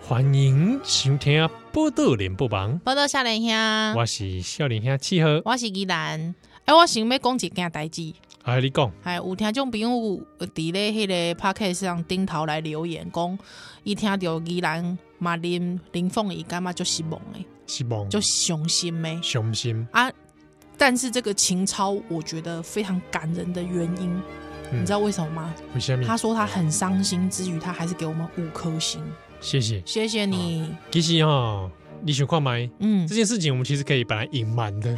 欢迎收听《报道联播网》，报道少年兄，我是少年兄七号。我是宜兰。哎，我想要讲一件代志，哎，你讲，哎，有听众朋友有伫咧迄个 p o d 上顶头来留言讲，伊听到宜兰嘛林林凤伊感觉就失望诶，希望就伤心诶雄心，啊！但是这个情操，我觉得非常感人的原因，嗯你知道为什么吗？为什么？他说他很伤心之余，他还是给我们五颗星，谢谢。谢谢你。其实哈，你想看麦嗯这，件事情，我们其实可以把它隐瞒的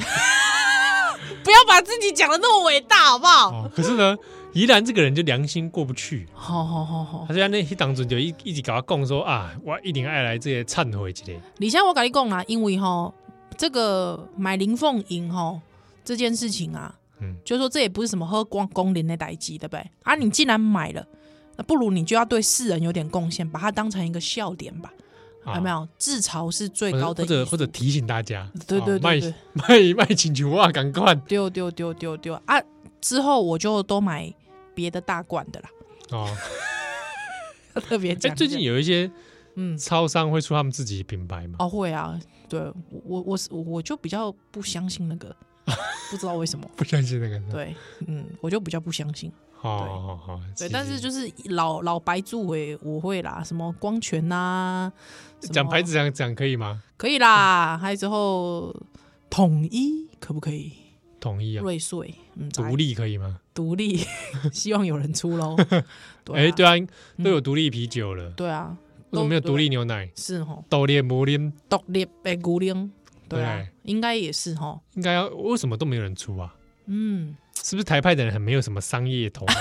不要把自己讲的那么伟大，好不好？哦。可是呢，宜兰这个人就良心过不去，好好好好他。就在那一当中就一一直跟我讲说啊，我一定爱来这些忏悔之类。李湘，我跟你讲啦，因为吼这个买林凤营吼这件事情啊，嗯，就是说这也不是什么喝光公林的代际，对不对？啊，你既然买了，那不如你就要对世人有点贡献，把它当成一个笑点吧，啊有没有？自嘲是最或者高或的艺术，者或者提醒大家，对哦对对 对卖卖卖请求啊，赶快丢丢丢丢丢啊！之后我就都买别的大罐的啦， 哦。特别哎、讲一下、最近有一些嗯超商会出他们自己品牌嘛？哦会啊，对我我我是我就比较不相信那个，不知道为什么，不相信那个人。对，嗯，我就比较不相信。好好好，对，但是就是老老白助委我会啦，什么光泉呐、什么讲牌子讲讲可以吗？可以嗯啦，还有之后统一可不可以？统一啊，瑞穗，嗯，独立可以吗？独立， 希望有人 出喽。对、啊，哎，对啊，都有独立啤酒了，对啊，为什么没有独立牛奶？是吼，豆炼磨炼独立的牛奶，对啊，对应该也是吼，应该要为什么都没有人出啊？嗯，是不是台派的人很没有什么商业头脑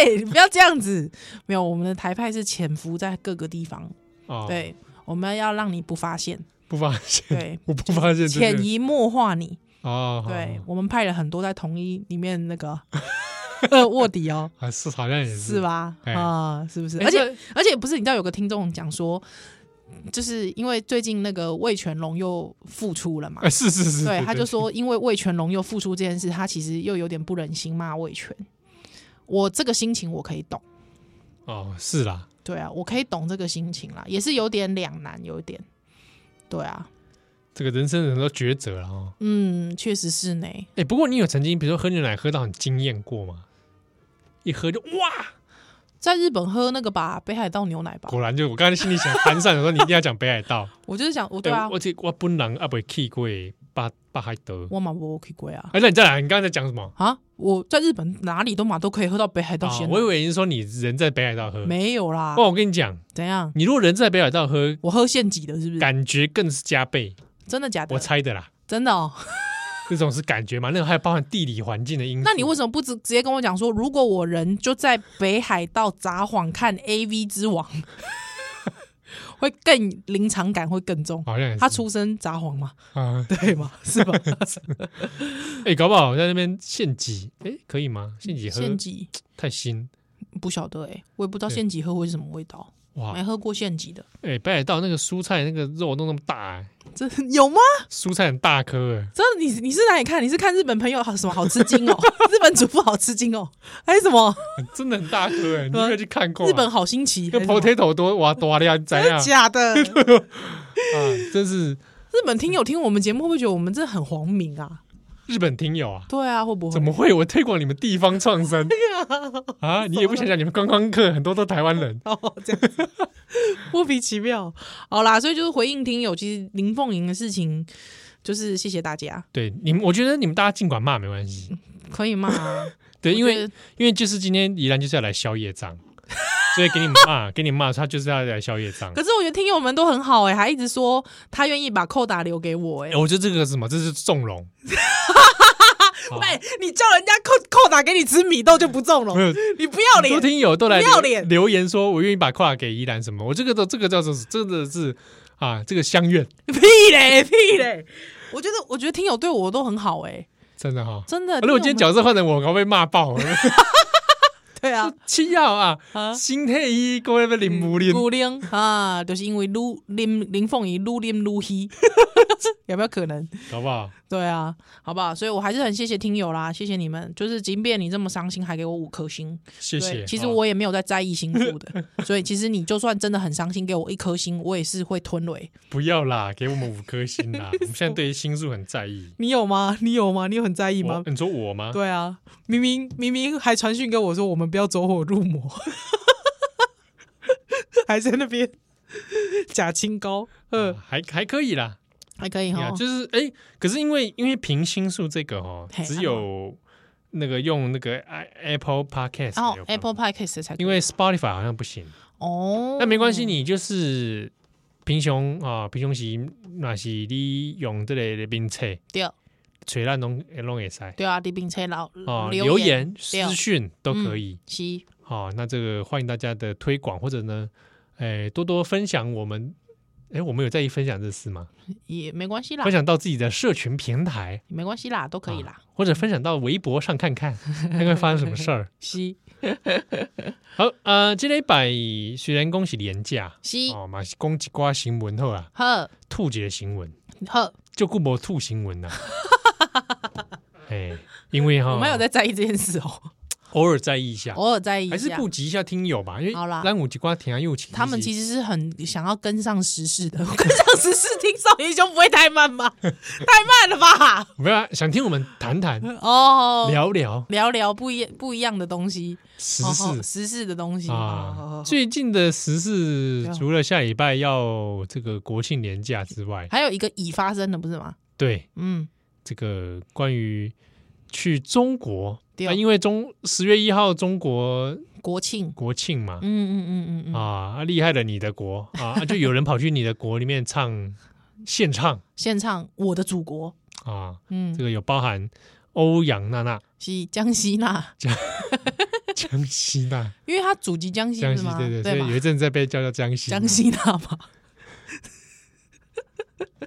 喂，不要这样子，没有，我们的台派是潜伏在各个地方，哦，，对，我们要让你不发现，不发现，，对我不发现这个潜移默化你。哦，对好，我们派了很多在同一里面那 个呃卧底哦，啊是好像也是是？吧？哎啊，是不是？哎而且而且不是，你知道有个听众讲说，就是因为最近那个魏全龙又复出了嘛哎，，是是是， 对，他就说因为魏全龙又复出这件事，他其实又有点不忍心骂魏全。我这个心情我可以懂，哦，是啦，对啊，我可以懂这个心情啦，也是有点两难，有一点，对啊，这个人生很多抉择了哦。嗯，确实是呢，哎，不过你有曾经比如说喝牛奶喝到很惊艳过吗？一喝就哇，在日本喝那个吧，北海道牛奶吧，果然就我刚才心里想寒战的时候，你一定要讲北海 道。我就是想，我对对啊，我这我本人阿未去过巴巴海德。我嘛无去过啊哎，那你再来，你刚才在讲什么？啊！我在日本哪里都嘛都可以喝到北海道啊鲜，奶，我以为你说你人在北海道喝。没有啊啦。哦，我跟你讲，怎样？你如果人在北海道喝，我喝现挤的，是不是？感觉更是加倍。真的假的我？猜的啦，真的哦。这种是感觉嘛，那个还包含地理环境的因素。那你为什么不直直接跟我讲说，如果我人就在北海道札幌看 A V 之王， 会更临场感会更重？好像啊也是他出生札幌嘛，啊？ 对吗？是吧？ 哎，搞不好在那边现挤，哎，可以吗？现挤喝现挤太腥不晓得哎、我也不知道对啊现挤喝会是什么味道，哇！没喝过现挤的，哎，北海道那个蔬菜那个肉弄那么大，哎这 有吗？蔬菜很大颗，哎真的，你你是哪里看？你是看日本朋友好什么好吃 惊哦？日本主妇好吃惊哦？还是什么？真的很大颗， 哎，你有没有去看过啊？日本好新奇？那还是什么 potato 多哇多了，你怎真的样？假 的？日啊，真是本听友听我们节目会不会觉得我们真的很黄明啊？日本听友啊！对啊，会不会？怎么会？我推广你们地方创 生啊！你也不想想，你们观光客很多都台湾 人，哦，这样子莫名其妙。好啦，所以就是回应听友，其实林凤营的事情，就是谢谢大家，对你们，我觉得你们大家尽管骂没关系。可以骂啊、 对，嗯因我觉为得因为就是今天宜兰就是要来消业 障，所以给你们骂，给你们骂，他就是要来消业障。可是我觉得听友们都很好哎、还一直说他愿意把扣打留给我哎、哎，我觉得这个是什么？这是纵容。好喂，你叫人家扣扣打给你吃米豆就不中 了没，有，你不要很多脸。听友都来不要留脸留言说，我愿意把跨给宜兰什么？我这个都这个叫做真的是啊，这个相怨 屁嘞屁嘞！我觉得我觉得听友对我都很好哎、真的哈。真的。啊如果今天听角友色换成我，我被骂爆了。 们对啊七号啊，啊。新体伊过 来要啉牛奶，牛奶啊，就是因为愈啉林凤仪愈啉愈稀， 有没有可能？搞不好？对啊，好不好？所以我还是很谢谢听友啦，谢谢你们。就是即便你这么伤心，还给我五颗星，谢谢。对，其实哦我也没有在在意星 数的，所以其实你就算真的很伤心，给我一颗星，我也是会吞雷。不要啦，给我们五颗星 啦。我们现在对于星数很在意。你有吗？你有吗？你有很在意我你说我吗？对啊，明明明明还传讯跟我说我们不要走火入魔， 还在那边假清高，呃啊，还还可以啦。还可以呀，哈，就是哎、可是因为因为评星数这个哦嘿，只有那个用那个 i- Apple Podcast 然后才有办哦 Apple Podcast 才可以因为 Spotify 好像不行，哦，那没关系，你就是平常啊，平常时那是你用这类的冰册对吹烂拢拢也塞对啊，李冰车老啊，留留言对嗯私讯都可以是啊。那这个欢迎大家的推广，或者呢，哎，多多分享我们。哎，我们有在意分享这事吗？也没关系啦分，享到自己的社群平台，没关系啦，都可以啦啊，或者分享到微博上看 看，看看发生什么事儿。是好，呃，这礼拜虽然恭喜廉价，是哦，嘛是讲一寡新闻好啊，呵吐一个新闻，呵，就顾无吐新闻呐、 啊。哎，因为哈，我们有在在意这件事哦，偶尔在意一下，偶尔在意哦还一是下。顾及一下听友吧，因为好啦让我几瓜听友情，他们其实实是很想要跟上时事的，跟上时事听少年兄不会太 慢吗？太慢了吧？没有啊想听我们谈谈 哦，聊聊聊聊不一不一样的东西，时哦哦事。时事的东西哦好好啊好，最近的时事对啊除了下礼拜要这个国庆年假之外，还有一个已发生的不是吗？对嗯，这个关于去中国，对哦啊因为中十月一号中国国庆，国庆嘛嗯，嗯嗯嗯嗯，啊，啊厉害了你的国啊，啊就有人跑去你的国里面唱献唱献唱《我的祖国》，啊，嗯这，个有包含欧阳娜 娜、是江西那，江西娜、因为他祖籍江西江不是西吗？对对，所吧以有一阵子在被叫叫江西，江西那嘛，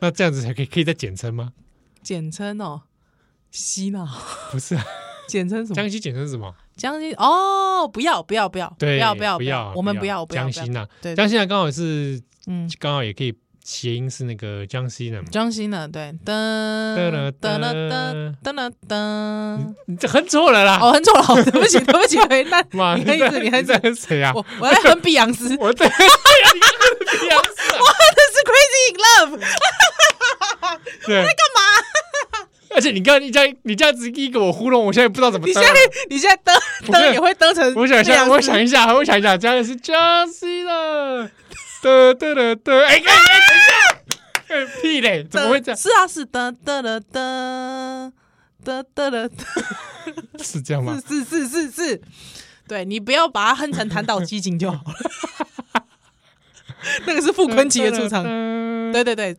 那这样子才可以可以再简称吗？ 简称哦，西那，不是啊，简称什么？江西简称是什么？江西哦，不要不要不要，对，不要不要不要，我们不要不要江不要西娜，对，江西娜刚好是嗯，刚好也可以谐音是那个江西娜嘛。江西呢，对，噔哒啦噔哒啦噔噔噔噔，你这很错了啦！ 哦，很丑了，对不起对不起，那妈， 你可以在自己还在跟谁啊？我我在跟碧昂斯，我在， 哎你看这样子啊，这是 Crazy in Love，对，在干 嘛？而且你刚刚你这样你这样子一个我糊弄，我现在不知道怎么你搭现了。在你现在登不是登也会登成我想一碧昂下，斯我想一下，我想一下，这样是 Jesse 了，得得得得，哎哎哎，等一下，哎屁嘞，怎么会这样？是啊，是噔噔了噔噔噔了，是这样吗？是是是是是，对你不要把它哼成弹岛激情就好了。 那个是傅昆奇的出场，对对对，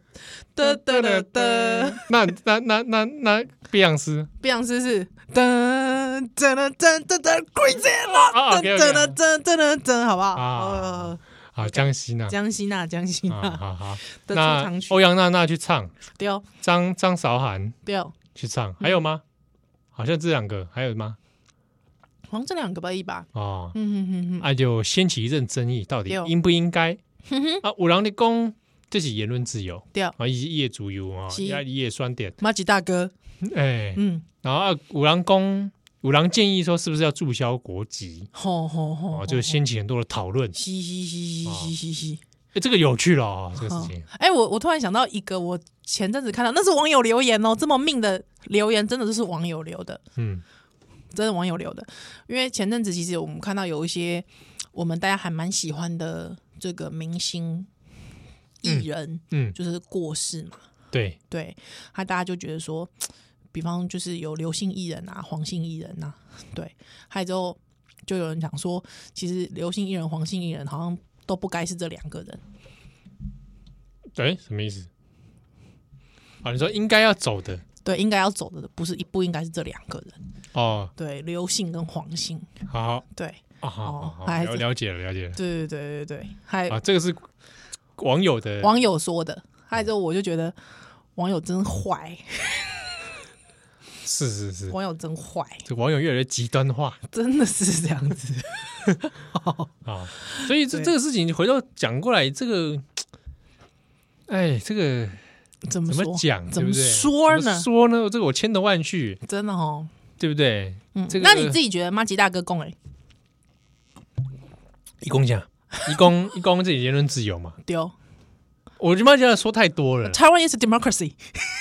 噔噔了噔。那那那那那碧昂斯，碧昂斯是噔噔噔噔噔噔 crazy 啊了，噔，OK，OK 噔噔噔噔噔，好不好？啊呃，好江西呢？江西娜，江西啊，娜好好， 的出那哦场曲，欧阳娜娜去唱，对哦张张韶涵对哦，去唱，还有吗？好像这两个还有吗？好像这两个吧，一把，哦，嗯哼哼啊，就掀起一阵争议，到底对哦应不应该 哼哼哼，啊？五郎的公这是言论自由，对哦啊，以及业主有啊，是也也酸点，马吉大哥，哎，嗯，然后啊，五郎公五郎建议说，是不是要注销国籍？吼吼吼，哦，吼就掀起很多的讨论，嘻嘻嘻嘻嘻嘻嘻。哎，这个有趣了哦，这个好事情，哎、我我突然想到一个，我前阵子看到，那是网友留言哦，这么命的留言，真的就是网友留的。嗯，真的网友留的，因为前阵子其实我们看到有一些我们大家还蛮喜欢的这个明星艺人，嗯就是过世嘛，对，对，他大家就觉得说，比方就是有刘姓艺人啊、黄姓艺人啊，对，还有之后就有人讲说，其实刘姓艺人、黄姓艺人好像都不该是这两个人，哎，什么意思？啊，你说应该要走的对，应该要走的不是不应该是这两个人，哦，对，刘姓跟黄姓，好，对，啊，好好好，哦还了了解了，了解了，对对对对对，还啊，这个是网友的网友说的，还有之后我就觉得网友真坏，是是是，网友真坏，这网友越来越极端化真的是这样子。啊，所以这对这个事情回头讲过来，这个，哎，这个怎么怎说么？讲？怎对不么对说怎么呢说呢？这个我千头万绪，真的哦，对不对？嗯，这个那你自己觉得马吉大哥供哎一公讲，一公一公，这己言论自由嘛？丢我觉得马吉拉说太多了， ，Taiwan is a democracy，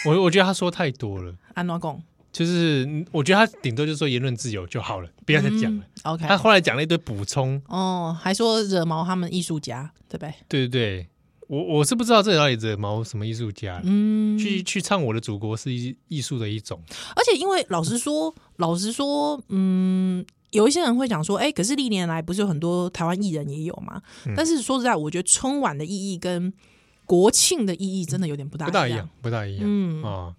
我我觉得他说太多了，安诺供就是嗯我觉得他顶多就说言论自由就好了，不要再讲了。嗯，OK，他后来讲了一堆补充，哦，还说惹毛他们艺术家，对不对？对对对，我我是不知道这到底惹毛什么艺术家，嗯，去去唱我的祖国是艺艺术的一种，而且因为老实说，老实说，嗯，有一些人会讲说，哎、可是历年来不是有很多台湾艺人也有嘛？嗯但是说实在，我觉得春晚的意义跟国庆的意义真的有点不大不大一一样，不大一样。嗯，啊、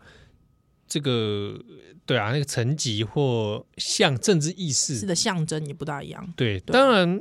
这个对啊，那个层级或像政治意识，是的象征也不大一样。对，对当然，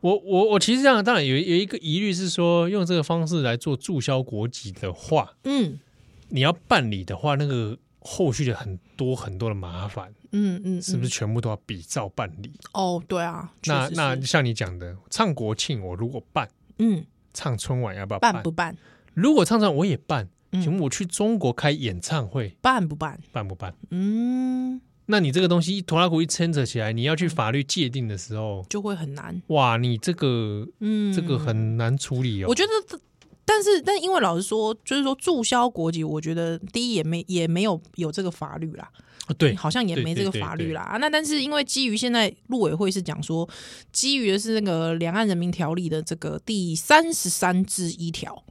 我我我其实这样，当然有有一个疑虑是说，用这个方式来做注销国籍的话，嗯你要办理的话，那个后续的很多很多的麻烦，嗯嗯，嗯是不是？全部都要比照办理？哦，对啊，确那实那是像你讲的，唱国庆我如果办，嗯，唱春晚要不要办？办不办？如果唱唱我也办，嗯请问我去中国开演唱会办不办？办不办？嗯，那你这个东西一拖拉骨一牵扯起来，你要去法律界定的时候，就会很难。哇，你这个嗯，这个很难处理哦。我觉得这，但是但因为老实说，就是说注销国籍，我觉得第一也没也没有有这个法律啦，得哦对，好像也对没这对个对法对律啦。啊那但是因为基于现在陆委会是讲说，基于的是那个《两岸人民条例》的这个第三十三之一条。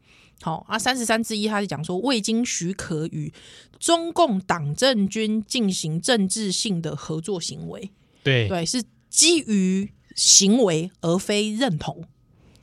好啊，三十三之一，他是讲说未经许可与中共党政军进行政治性的合作行为，对对，是基于行为而非认同，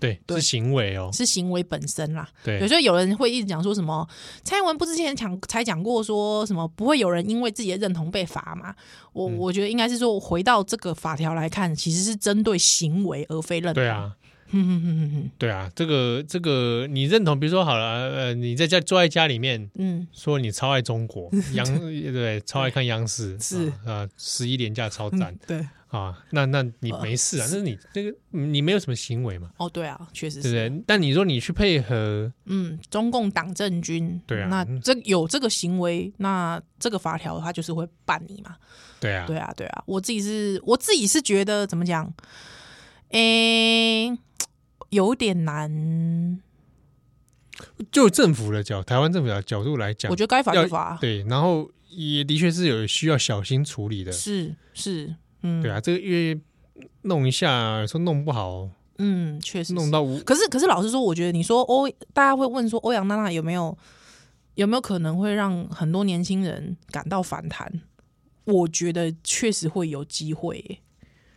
对对是行为哦，是行为本身啦。有对时候有人会一直讲说什么，蔡英文不之前讲才讲过说什么不会有人因为自己的认同被罚嘛？嗯我、我觉得应该是说回到这个法条来看，其实是针对行为而非认同。对，啊哼哼哼哼哼，对啊，这个这个你认同，比如说好了，呃，你在家坐在家里面嗯，说你超爱中 国央，对，超爱看央视是啊，十一连假超赞嗯对，啊，那那你没事啊，那是你那个你没有什么行为嘛，哦，对啊，确实对不呃是，对？但你说你去配合，嗯，中共党政军，对啊那嗯这有这个行为，那这个法条它就是会办你嘛？对啊，对啊，对啊，我自己是我自己是觉得怎么讲，诶、有点难，就政府的角，台湾政府的角度来讲我，觉得该罚要就罚。对，然后也的确是有需要小心处理的，是是，嗯，对啊，这个因为弄一下，说弄不好，嗯，确实弄是。到无可是可是，老实说，我觉得你说欧，大家会问说欧阳娜娜有没有有没有可能会让很多年轻人感到反弹？我觉得确实会有机会耶、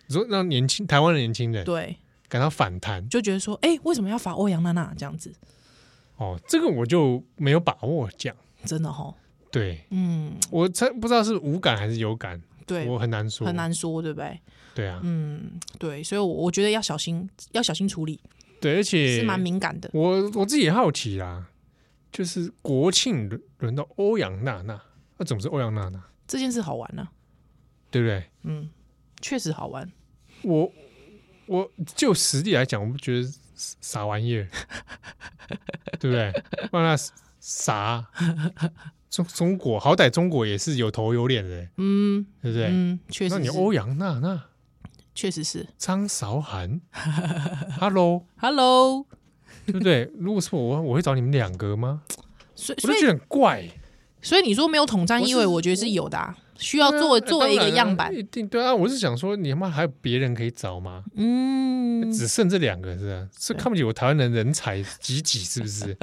你说让年轻台湾的年轻人对，感到反弹就觉得说，哎、为什么要罚欧阳娜娜这样子？哦，这个我就没有把握讲。真的哦哈，对嗯，我才不知道是无感还是有感，对，我很难说，很。难说，对不对？对啊，嗯，对，所以我，我觉得要小心，要小心处理，对，而且是蛮敏感的。我我自己也好奇啦，就是国庆轮轮到欧阳娜娜，那、怎么是欧阳娜娜？这件事好玩呢、对不对？嗯，确实好玩。我我就实力来讲，我不觉得是啥玩 意儿，对不对？让他啥？中中国好歹中国也是有头有脸的，嗯对不对？嗯，确那实你是，欧阳娜娜、确实是。张韶涵 ，Hello， Hello，对不对？如果是我，我会找你们两个吗？所以我所就以觉得很怪，所以你说没有统战意味，我是我觉得是有的、啊，需要作为对啊作为一当个然啊样板。一定对啊！我是想说，你妈还有别人可以找吗？嗯， 只剩这两个是吧？是看不起我台湾人人才济济是不是？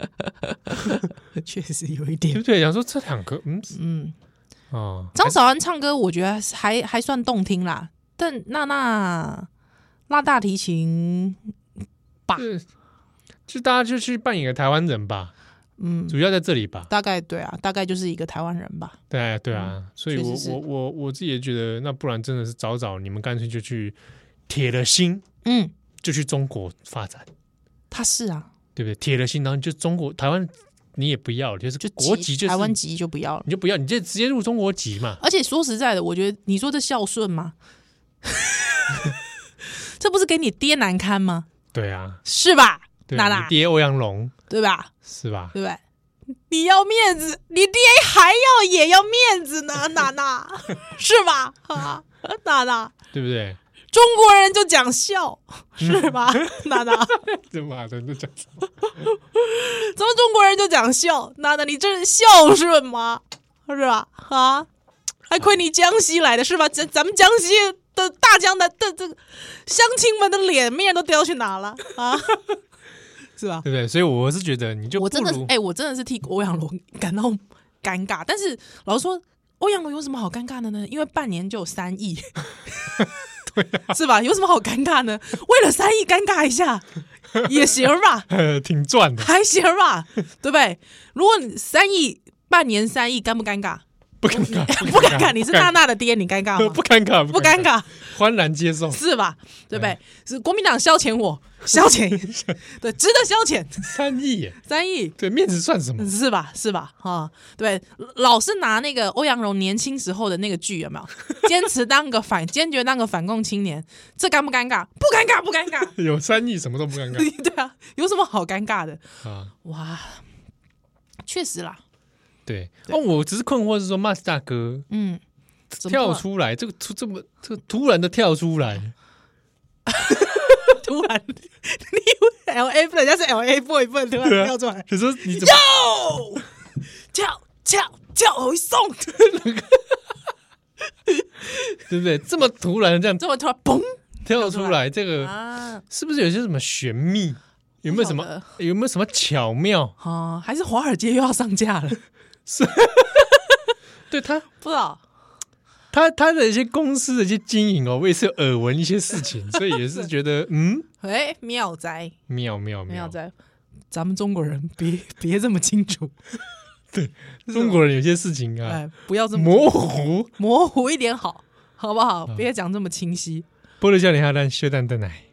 确实有对一点。不 对？想说这两个，嗯嗯，哦，张韶涵唱歌我觉得还还算动听啦，但娜娜拉大提琴，是就大家就去扮演个台湾人吧，嗯，主要在这里吧。大概对啊，大概就是一个台湾人吧。对啊对啊，所以嗯确实我是我我我自己也觉得，那不然真的是早早你们干脆就去铁了心嗯，就去中国发展，他是啊，对不对？铁了心，然后你就中国台湾你也不要，就是就国籍籍就是台湾籍就不要了。你就不要，你就直接入中国籍嘛。而且说实在的，我觉得你说这孝 顺吗？这不是给你爹难堪吗？对啊，是吧，对娜啊，娜你？爹欧阳龙对吧？是吧？对不对？你要面子，你爹还要也要面子呢，娜娜，是吧？啊，娜娜，对不 对？中国人就讲孝，是吧？娜娜，这马的都讲什么咱们中国人就讲孝，娜娜，你这是孝顺吗？是吧？啊，还亏你江西来的是吧？咱咱们江西的大江南的这个乡亲们的脸面都丢去哪了啊？是吧？对不对？所以我是觉得你就我不真的是如哎、我真的是替欧阳龙 感到尴尬。但是老实说，欧阳龙有什么好尴尬的呢？因为半年就有 三亿，是吧？有什么好尴尬呢？为了三亿尴尬一下也行吧， 挺赚的，还行吧，对不对？如果你三亿半年三亿，尴不尴尬？不尴尬，不尴尬，你是娜娜的爹，你尴 尬吗？不尴尬，不尴，尬，欢然接受。是吧？对不嗯对？是国民党消遣我，消遣， 对，值得消遣，三亿耶，三亿。对面子算什么？是吧？是吧？啊，对，老是拿那个欧阳荣年轻时候的那个剧有没有？ 坚持当个反，坚决当个反共青年，这尴不尴尬？不尴尬，不尴 尬。有三亿什么都不 尴尬对啊，有什么好尴尬的？啊！哇，确实啦，对哦，我只是困惑是说，Mas 大哥嗯，怎么跳出来，这个突这么这个突然的跳出 来，突然，你以为 L A 不能，人家是 L A boy，不能突对然啊跳出来，你说你怎么哦，跳跳跳，我会送， 对不对？这么突然地这样 这么突然嘣跳出 来，这个啊！是不是有些什么玄秘？有没有什不晓么有没有什么巧妙？啊，还是华尔街又要上架了，对他不知道。他他的一些公司的一些经营哦，我也是有耳闻一些事情，所以也是觉 得嗯， 哎，妙哉，妙妙妙妙，哉！咱们中国人 别别这么清楚，中国人有些事情啊哎，不要这 么模嗯糊。模糊一点好，好不好？别讲这么清晰。波多笑脸下蛋，血蛋蛋奶。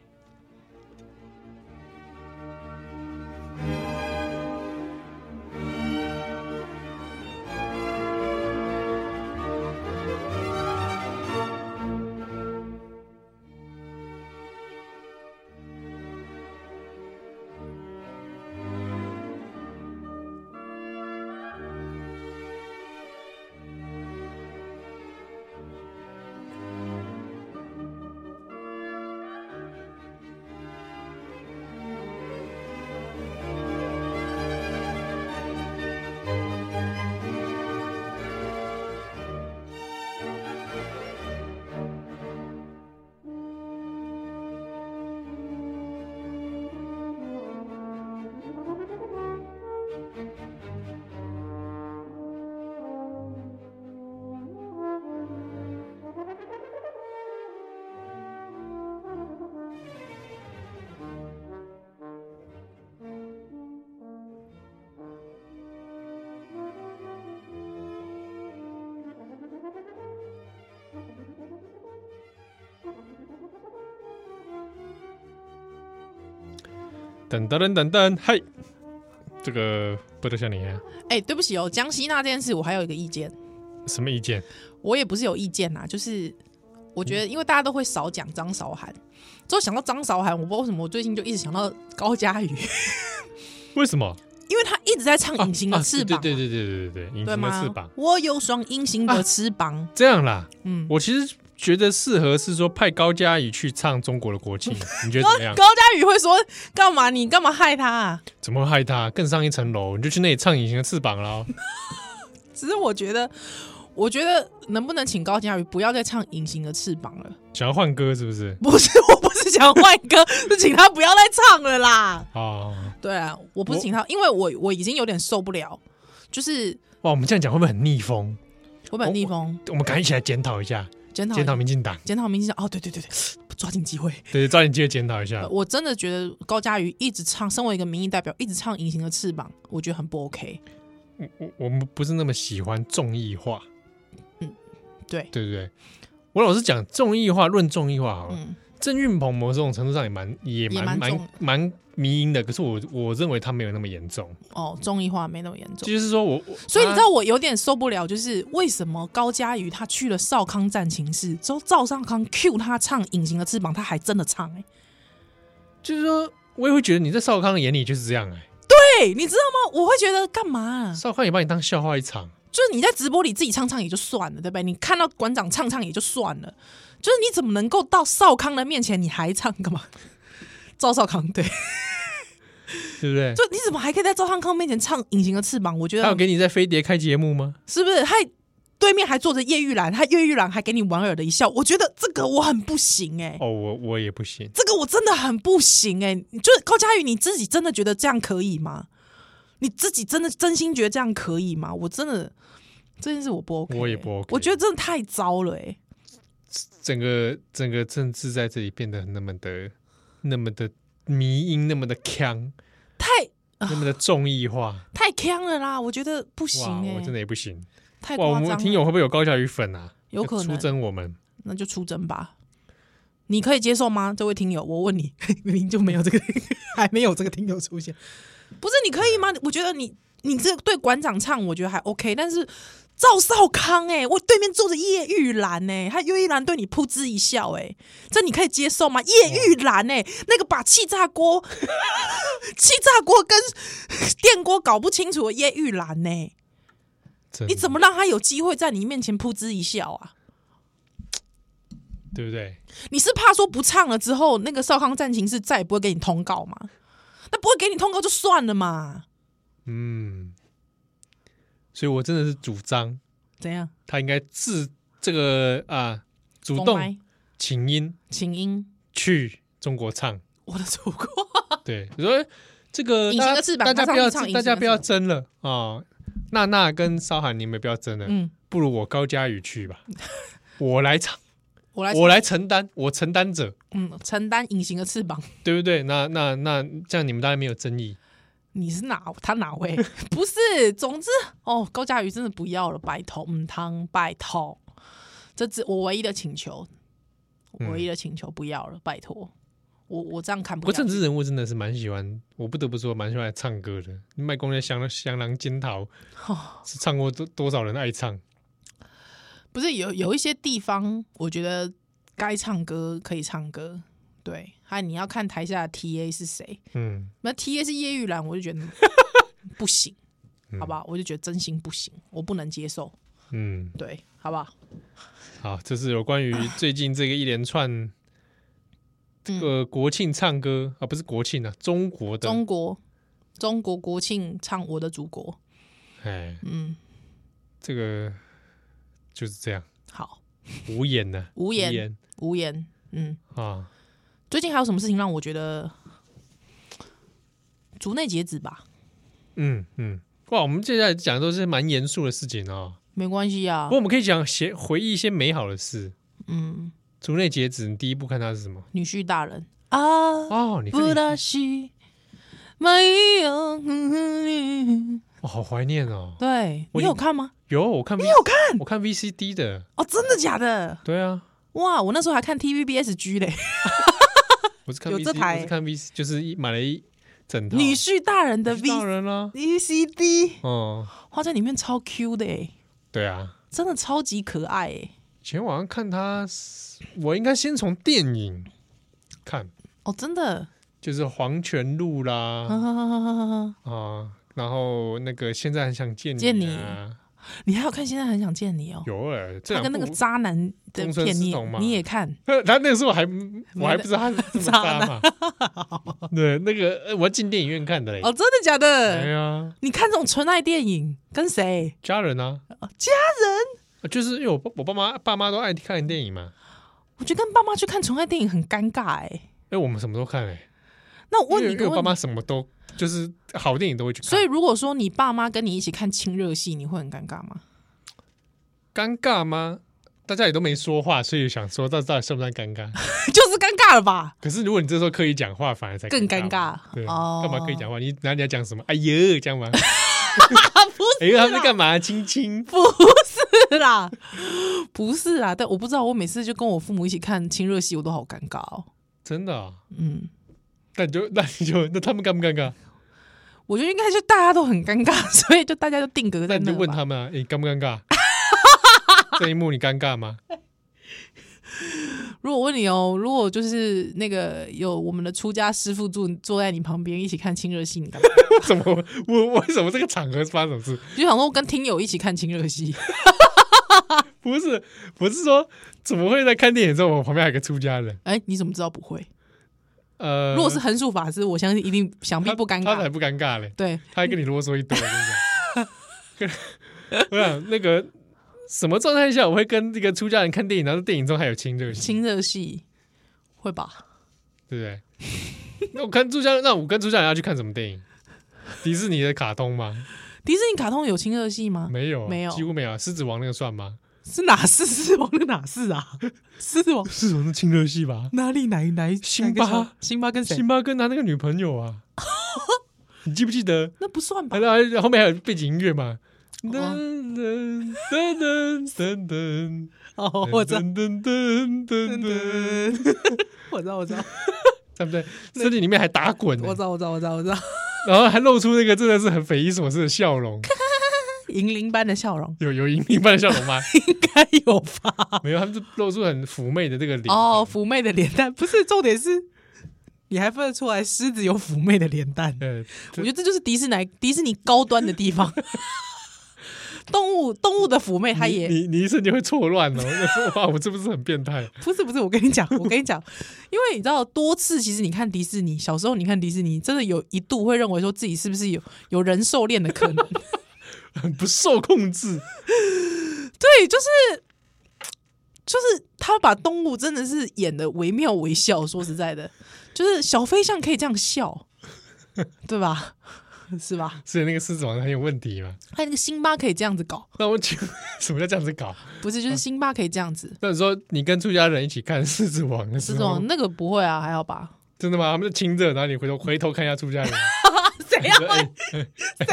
噔噔噔噔噔，嗨，这个波多笑脸下哎，对不起哦，江西那件事我还有一个意见，什么意见？我也不是有意见呐，就是我觉嗯得因为大家都会少讲张韶涵，之后想到张韶涵，我不知道为什么我最近就一直想到高佳宇，为什么？ 因为她一直在唱《隐形的翅膀》啊对对对对对对对，隐对形的吗翅膀。我有双隐形的翅膀，这样啦，嗯，我其实觉得适合是说派高佳宇去唱中国的国 庆，你觉得高怎么样？高佳宇会说干嘛？你干嘛害他啊？怎么会害他？更上一层楼，你就去那里唱《隐形的翅膀》啦。只是我觉得，我觉得能不能请高佳瑜不要再唱《隐形的翅膀》了？ 想要换歌是不是？不是，我不是想换歌，是请他不要再唱了啦。哦，对啊，我不是我请他，因为我我已经有点受不了，就是哇，我们这样讲会不会很逆风？我本逆风哦我们赶紧起来检讨一下，检讨检讨民进党，检讨明星哦，对对对对，抓紧机会。对，抓紧机会检讨一下呃。我真的觉得高佳瑜一直唱，身为一个民意代表，一直唱《隐形的翅膀》，我觉得很不 OK。我我我们不是那么喜欢众议化，对，对不对？我老实讲，众议化论众议化好了，嗯，郑运鹏某种程度上也蛮也也蛮蛮蛮重蛮迷因的，可是我我认为他没有那么严重，哦，综艺化没那么严重。就是说我我啊所以你知道我有点受不了，就是为什么高佳瑜他去了少康战情室之后，赵少康 Q 他唱《隐形的翅膀》，他还真的唱哎、就是说，我也会觉得你在少康的眼里就是这样哎、对，你知道吗？我会觉得干嘛啊、少康也把你当笑话一场，就是你在直播里自己唱唱也就算了，对不对？你看到馆长唱唱也就算了，就是你怎么能够到少康的面前你还唱干嘛？ 赵少康 对，就对不对？你怎么还可以在赵少康面前唱《隐形的翅膀》？我觉他有得给你在飞碟开节目吗？是不是还对面还坐着叶玉兰，他叶玉兰还给你莞尔的一笑，我觉得这个我很不行哎、哦，我我也不行，这个我真的很不行哎、就是高佳宇，你自己真的觉得这样可以吗？你自己真的真心觉得这样可以吗？我真的这件事我不 OK，欸、我也不 OK 我觉得真的太糟了哎、整个整个政治在这里变得那么的那么的迷音，那么的腔，太那么的综艺化。太坑了啦！我觉得啊不行哇，哎、我真的也不行。太哇，我夸张们了。听友会不会有高小鱼粉啊？有可能要出征我们。那就出征吧。你可以接受吗，这位听友？我问你， 明明就没有这个， 还没有这个听友出现。不是你可以吗？我觉得你你这对馆长唱，我觉得还 OK，但是赵少康哎、我对面坐着叶玉兰哎、他叶玉兰对你噗嗤一笑哎、这你可以接受吗？叶玉兰哎、那个把气炸锅 气炸锅跟电锅搞不清楚的叶玉兰呢、真的你怎么让他有机会在你面前噗嗤一笑啊？对不对？你是怕说不唱了之后，那个少康战情室再也不会给你通告吗？那不会给你通告就算了嘛？嗯，所以我真的是主张怎样？他应该自这个啊主公动开请缨请缨，去中国 唱。我的祖国，对，你说这个隐形大的翅大膀家马上不要去唱隐大形家的不要翅争了啊、哦娜娜跟韶涵，你们不要争了，嗯，不如我高佳宇去 吧，我来唱，我来，我来承担，我承担者，嗯，承担隐形的翅膀。对不对？那那那这样你们当然没有争议。你是哪？他哪位？不是，总之哦，高佳瑜真的不要了，拜托，嗯，汤，拜托，这只我唯一的请求，我唯一的请求不要了，拜托，我我这样看不不过下政去。治人物真的是蛮喜欢，我不得不说蛮喜欢唱歌的。麦公的《香香囊金桃》哦是唱过多多少人爱唱？不是有有一些地方，我觉得该唱歌可以唱歌，对，还有你要看台下的 TA 是谁。嗯，那 TA 是叶玉兰，我就觉得 不行，好吧，我就觉得真心不行，我不能接受，嗯，对，好吧，好，这是有关于最近这个一连串嗯这个国庆唱歌啊，不是国庆啊，中国的中国中国国庆唱《我的祖国》，哎，嗯，这个就是这样，好，无言呢、无言无言，嗯，啊，最近还有什么事情让我觉得竹内结子吧？嗯嗯，哇，我们接下来讲的都是蛮严肃的事情哦，没关系啊不过，我们可以讲些回忆一些美好的事。嗯，竹内结子，你第一部看她是什么？女婿大人啊，哦，你看不你拉西，没有。嗯哦，好怀念哦。对我你已有看吗？有我看，你有看？我看 VCD 的，哦，真的假的？对啊，哇，我那时候还看 TVBSG 嘞，我是看有 VC, 这台我是看 VC，就是一买了一整套女婿大人的女 V 大人啦、 VCD，哦、哇，在里面超 Q 的哎，对啊，真的超级可爱哎。以前晚上看她是，我应该先从电影看，哦，真的，就是《黄泉路》啦，哈哈哈哈哈哈啊、然后那个现在很想见你、啊，见你你还有看？现在很想见你哦，有哎、这他两跟那部个渣男的公孙片思你彤也嘛你也看，他 他那个时候还我还没不知道他是这么渣渣 嘛， 对，那个呃我要进电影院看的嘞，哦，真的假哎的？呀，你看这种纯爱电影跟谁？家人啊，哦家人，就是因为我爸我爸妈爸妈都爱看电影嘛，我觉得跟爸妈去看纯爱电影很尴尬哎。哎，我们什么都看哎、那我因问为你因个为我问爸题，妈什么都就是好电影都会去看，所以如果说你爸妈跟你一起看亲热戏，你会很尴尬吗？尴尬吗？大家也都没说话，所以想说到到底算不算尴尬？ 就是尴尬了吧？可是如果你这时候刻意讲话，反而才更尴尴尬对，哦干嘛刻意讲话？你哪里要讲什么？哎呦，这样 吗？啊，不哎呦，他们在干嘛？亲亲，是 啦，不是啦，但我不知道，我每次就跟我父母一起看亲热戏，我都好尴尬哦。真的哦？嗯，那你就那 你就那他们尴不尴尬？我觉得应该就大家都很尴尬，所以就大家就定格那在你那就问吧他 们啊，你尴不尴尬？这一幕你尴尬吗？如果我问你哦，如果就是那个有我们的出家师傅坐坐在你旁边一起看亲热戏，你 干嘛？ 怎么我为什么这个场合发生什么事？你就想说跟听友一起看亲热戏，不是不是说怎么会在看电影的时候，我旁边还有个出家人？哎，你怎么知道不会？呃，如果是横竖法师，我相信一定想必他不尴他才尬。不尴尬嘞，对，他还跟你啰嗦一 堆。 我跟你讲我想那个什么状态下我会跟这个出家人看电影，然后电影中还有亲热戏，亲热戏会吧？对不 对？那我跟出家人，那我跟出家人要去看什么电影？迪士尼的卡通吗？迪士尼卡通有亲热戏吗？没有啊，没有几乎没有啊。狮子王那个算吗？是哪是狮子王的哪是啊？狮子王 狮子王是亲热戏吧？哪里哪哪一辛巴哪一个小辛巴跟谁辛？巴跟他那个女朋友 啊，你记不记得？那不算吧还？有后面还有背景音乐嘛？噔哦噔噔噔噔，哦， 我知道，噔噔噔噔噔，噔 我知道，我知道，对不对？身体里面还打滚呢，欸我知道，我知道，我知道，我知道，然后还露出那个真的是很匪夷所思的笑容， 银铃般的笑容有有银铃般的笑容 吗？应该有吧？没有，他们是露出很妩媚的这个脸。哦，妩媚的脸蛋不是重点是，你还分得出来狮子有妩媚的脸蛋？呃，我觉得这就是迪士尼迪士尼高端的地 方。动物动物的妩媚，它你也你你一瞬间会错乱哦，那说哇，我是不是很变态？ 不是不是，我跟你讲，我跟你讲，因为你知道多次，其实你看迪士尼，小时候你看迪士尼，真的有一度会认为说自己是不是有有人兽恋的可 能？很 不受控制。对，就是就是他把动物真的是演的惟妙惟肖。说实在的，就是小飞象可以这样 笑，对吧？是吧？所以那个狮子王很有问题嘛？还有那个辛巴可以这样子搞，那我请问 什么叫这样子搞？不是就是辛巴可以这样子。那你说你跟出家人一起看《狮子王》的时狮候，子王那个不会啊，还好吧？真的吗？他们就亲热，然后你回头回头看一下出家人， 谁要说哎谁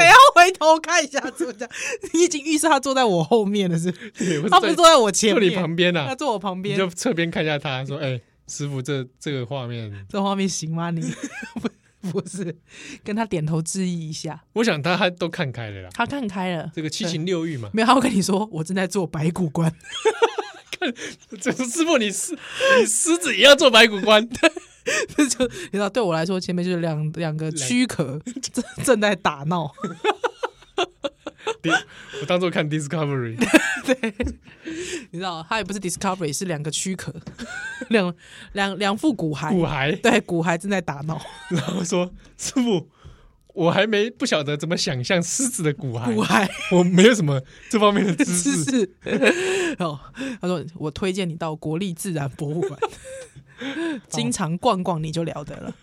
要回头看 一下作家？你已经预示他坐在我后面了，是不是？对我他不是在坐在我前坐你面，旁边他啊，坐我旁你边，就侧边看一下他，说：“哎，师傅，这这个画面，这画面行吗？ 你不不是跟他点头致意一下，我想他他都看开了啦。他看开了，这个七情六欲嘛，没有？他会跟你说，我正在做白骨观， 这师傅你狮你狮子也要做白骨观， 这就你知道，对我来说，前面就是两两个躯壳正正在打闹， 我当做看 Discovery，你知道，他也不是 Discovery，是两个躯壳，两两两副骨骸，骨骸，对，骨骸正在打闹，然后说师傅，我还没不晓得怎么想象狮子的骨骨骸，骸。我没有什么这方面的知知识。识。 哦，他说我推荐你到国立自然博物馆， 哦经常逛逛你就了得了。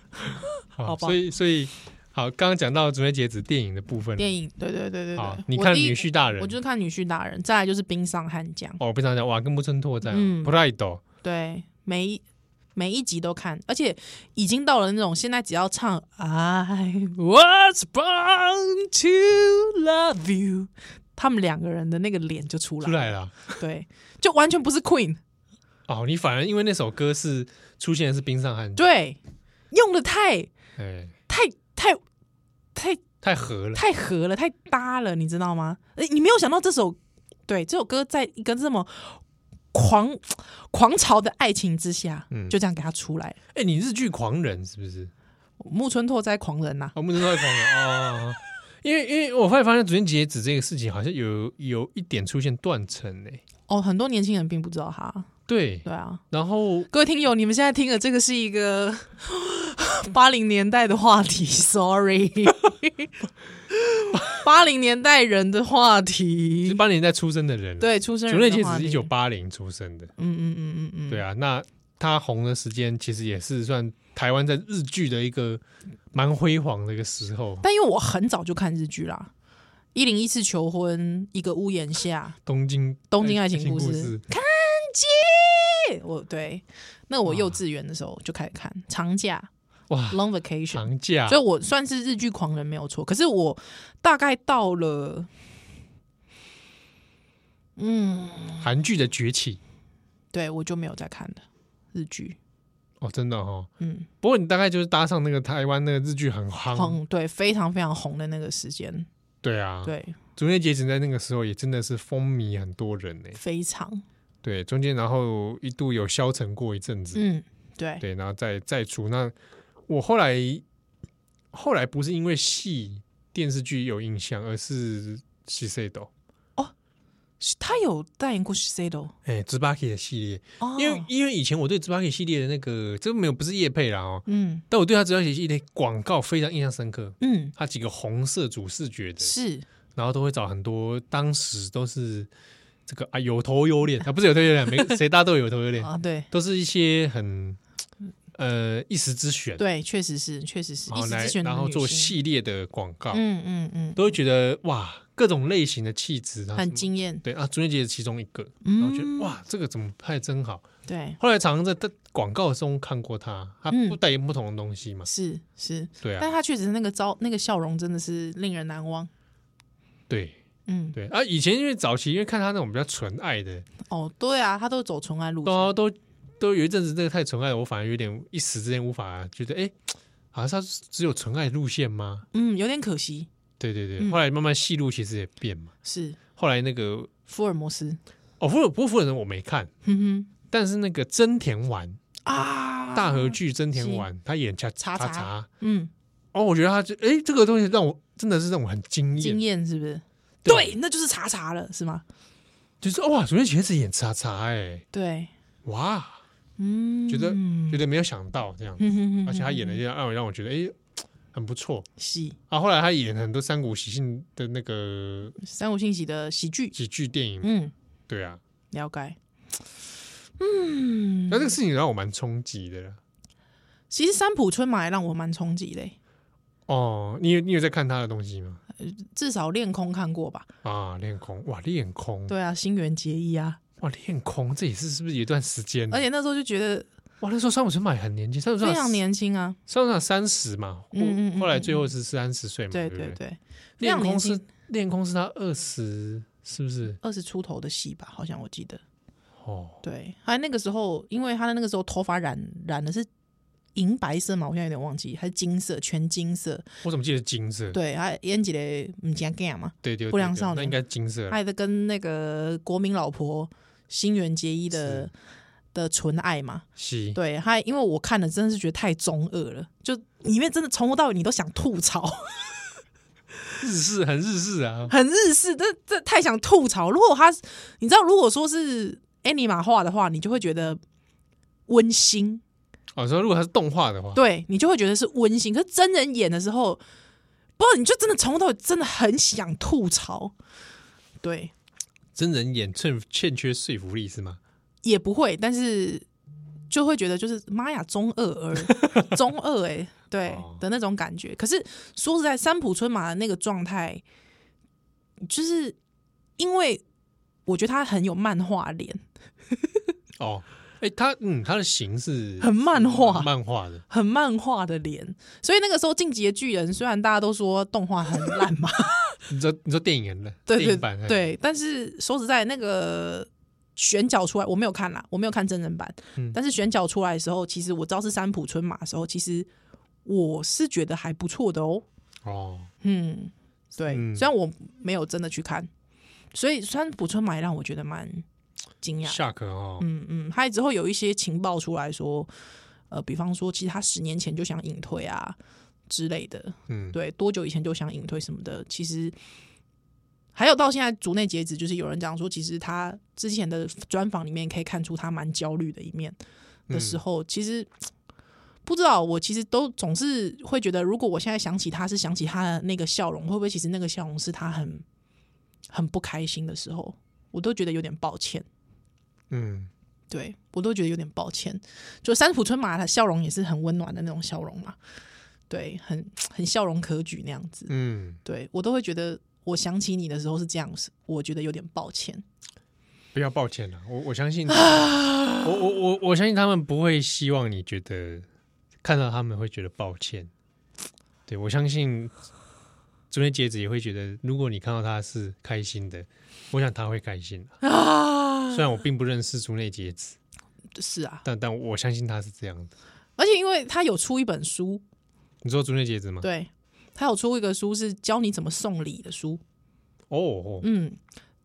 好，好吧所以所以好，刚刚讲到准备截止电影的部分了，电影，对对对对好对，，你我看第一女婿大人我，就是看女婿大人，再来就是冰上悍将，哦，我不想讲，哇，跟木村拓哉哦嗯，Pride，对，每一。每一集都看，而且已经到了那种现在只要唱 I was born to love you，他们两个人的那个脸就出来，出来了。对，就完全不是 Queen，哦，你反而因为那首歌是出现的是冰上汉，，对，用的太哎，太太太太合了，太合了，太搭了，你知道吗？诶，你没有想到这首，对，这首歌在一个这么狂狂潮的爱情之下，嗯就这样给他出来了。哎，你日剧狂人是不是？木村拓哉狂人呐、哦，木村拓哉狂人哦，哦哦 因为因为我后来发现主线截止这个事情好像有有一点出现断层诶，哦，很多年轻人并不知道他，对，对啊。然后各位听友，你们现在听的这个是一个 八零年代的话题，sorry，八零年代人的话是题，八零年代出生的人，，对，出生主人内截的话止是题，一九八零出生的，嗯嗯嗯嗯嗯，对啊，那他红的时间其实也是算台湾在日剧的一个蛮辉煌的一个时候，但因为我很早就看日剧啦，《一零一次求婚》、《一个屋檐下东京哎东京爱情故故事事，》对，我对，那我幼稚园的时候就开始看，长假 哇， （long vacation），嗯长假所以我算是日剧狂人没有错。可是我大概到了，嗯，韩剧的崛起对我就没有再看了日剧，哦，真的哦。嗯，不过你大概就是搭上那个台湾那个日剧很夯，红对非常非常红的那个时间，对啊，对，竹内结子在那个时候也真的是风靡很多人呢、非常对，中间然后一度有消沉过一阵子，嗯，对，对，然后再再出。那我后来后来不是因为戏电视剧有印象，而是西塞斗，是他有代言过 Shiseido，哎，芝巴克的系列，哦，因为因为以前我对芝巴克系列的那个这个没有不是叶配啦哦，嗯但我对他芝巴克系列广告非常印象深刻。嗯它几个红色主视觉的，是然后都会找很多当时都是这个啊有头有脸啊，不是有头有脸，没 谁大都有头有脸，啊，对都是一些很呃一时之选，对，确实是确实是然一后时哦来之选的然后女做性，系列的广告，嗯嗯嗯，都会觉得哇各种类型的气质啊很什么惊艳，对啊，中元节其中一个，然后觉得嗯，哇这个怎么拍得真好，对，后来常常在在广告中看过他，他嗯不代言不同的东西嘛，是是，对但啊，他确实那个招那个笑容真的是令人难忘，对嗯，对啊，以前因为早期因为看他那种比较纯爱的。哦，对啊，他都走纯爱路对线，啊，都都有一阵子那个太纯爱了，我反而有点一时之间无法觉得，哎、好像是只有纯爱路线吗？嗯，有点可惜，对对对，嗯后来慢慢戏路其实也变嘛。是后来那个福尔摩斯，嗯哦，福尔不过福尔人我没看，哼但是那个真田丸哼啊，大和，剧真田丸，他演查查查查查，嗯，哦，我觉得他就哎、这个东西让我真的是让我很惊艳惊，艳是不是？对啊对，那就是查查了，是吗？就是哇，主角茄子演查查、哎，对，哇，嗯，觉得觉得，得没有想到这样，而且他演的这样让我让我觉得哎、很不错，喜啊，后来他演很多三谷喜信的那个三五信息的喜剧，喜剧电影，嗯，对啊，了解，嗯那，这个事情让我蛮冲击的啦。其实三浦春马也让我蛮冲击的欸，哦，你有你有在看他的东西吗？至少恋空看过吧？啊，恋空，哇，恋空，对啊，新垣结衣啊，哇，恋空，这也是是不是有一段时间？而且，那时候就觉得哇，那时候山本春马也很年轻，山本非春马常，年轻啊，山本春马三十嘛，后嗯嗯嗯后来最后是三十岁嘛，对不对对，非恋常年空是轻，恋空是他二十，是不是？二十出头的戏吧，好像我记得。哦，对，还那个时候，因为他的那个时候头发染染的是银白色嘛，我现在有点忘记，还是金色，全金色。我怎么记得金色？对，还演几个唔讲 g 嘛，对对，不良对对少那年哎应该金色啦，啊爱的跟那个国民老婆新垣结衣的是的纯爱嘛。西，对，还因为我看了，真的是觉得太中二了，就里面真的从头到尾你都想吐槽。日式很日式啊，很日式，这这太想吐槽。如果他，你知道，如果说是 anima 画的话，你就会觉得温馨，哦，说如果它是动画的话，对你就会觉得是温馨。可是真人演的时候，不，你就真的从头到尾真的很想吐槽，对，真人演欠欠缺说服力是吗？也不会，但是就会觉得就是妈呀，中二儿，中二哎、对、哦的那种感觉。可是说实在，三浦春马的那个状态，就是因为我觉得他很有漫画脸。哦，哎、他嗯，他的形是很漫画漫画的，很漫画的脸，所以那个时候《进击的巨人》虽然大家都说动画很烂 嘛，你知道你知道电影人的对电对影版还是，对，但是说实在，那个选角出来我没有看啦，我没有看真人版，嗯但是选角出来的时候，其实我知道是三浦春马的时候，其实我是觉得还不错的哦，哦，嗯，对，嗯虽然我没有真的去看，所以三浦春马也让我觉得蛮惊讶的下课哦，嗯嗯，还之后有一些情报出来说，呃，比方说，其实他十年前就想隐退啊之类的，嗯，对，多久以前就想隐退什么的，其实。还有到现在竹内结子，就是有人讲说，其实他之前的专访里面可以看出他蛮焦虑的一面的时候，其实不知道我其实都总是会觉得，如果我现在想起他是想起他的那个笑容，会不会其实那个笑容是他很很不开心的时候，我都觉得有点抱歉。嗯，对我都觉得有点抱歉。就三浦春马的笑容也是很温暖的那种笑容嘛，对，很很笑容可掬那样子。嗯对我都会觉得，我想起你的时候是这样子，我觉得有点 抱歉。不要抱歉啊了，我我相 信，我我我我相信他们不会希望你觉得看到他们会觉得抱歉，对我相信。昨天截止也会觉得，如果你看到他是开心的，我想他会开心的。虽然我并不认识竹内结子，是啊，但但我相信他是这样的。而且因为他有出一本书，你说竹内结子吗？对他有出一个书是教你怎么送礼的书，哦，哦，嗯，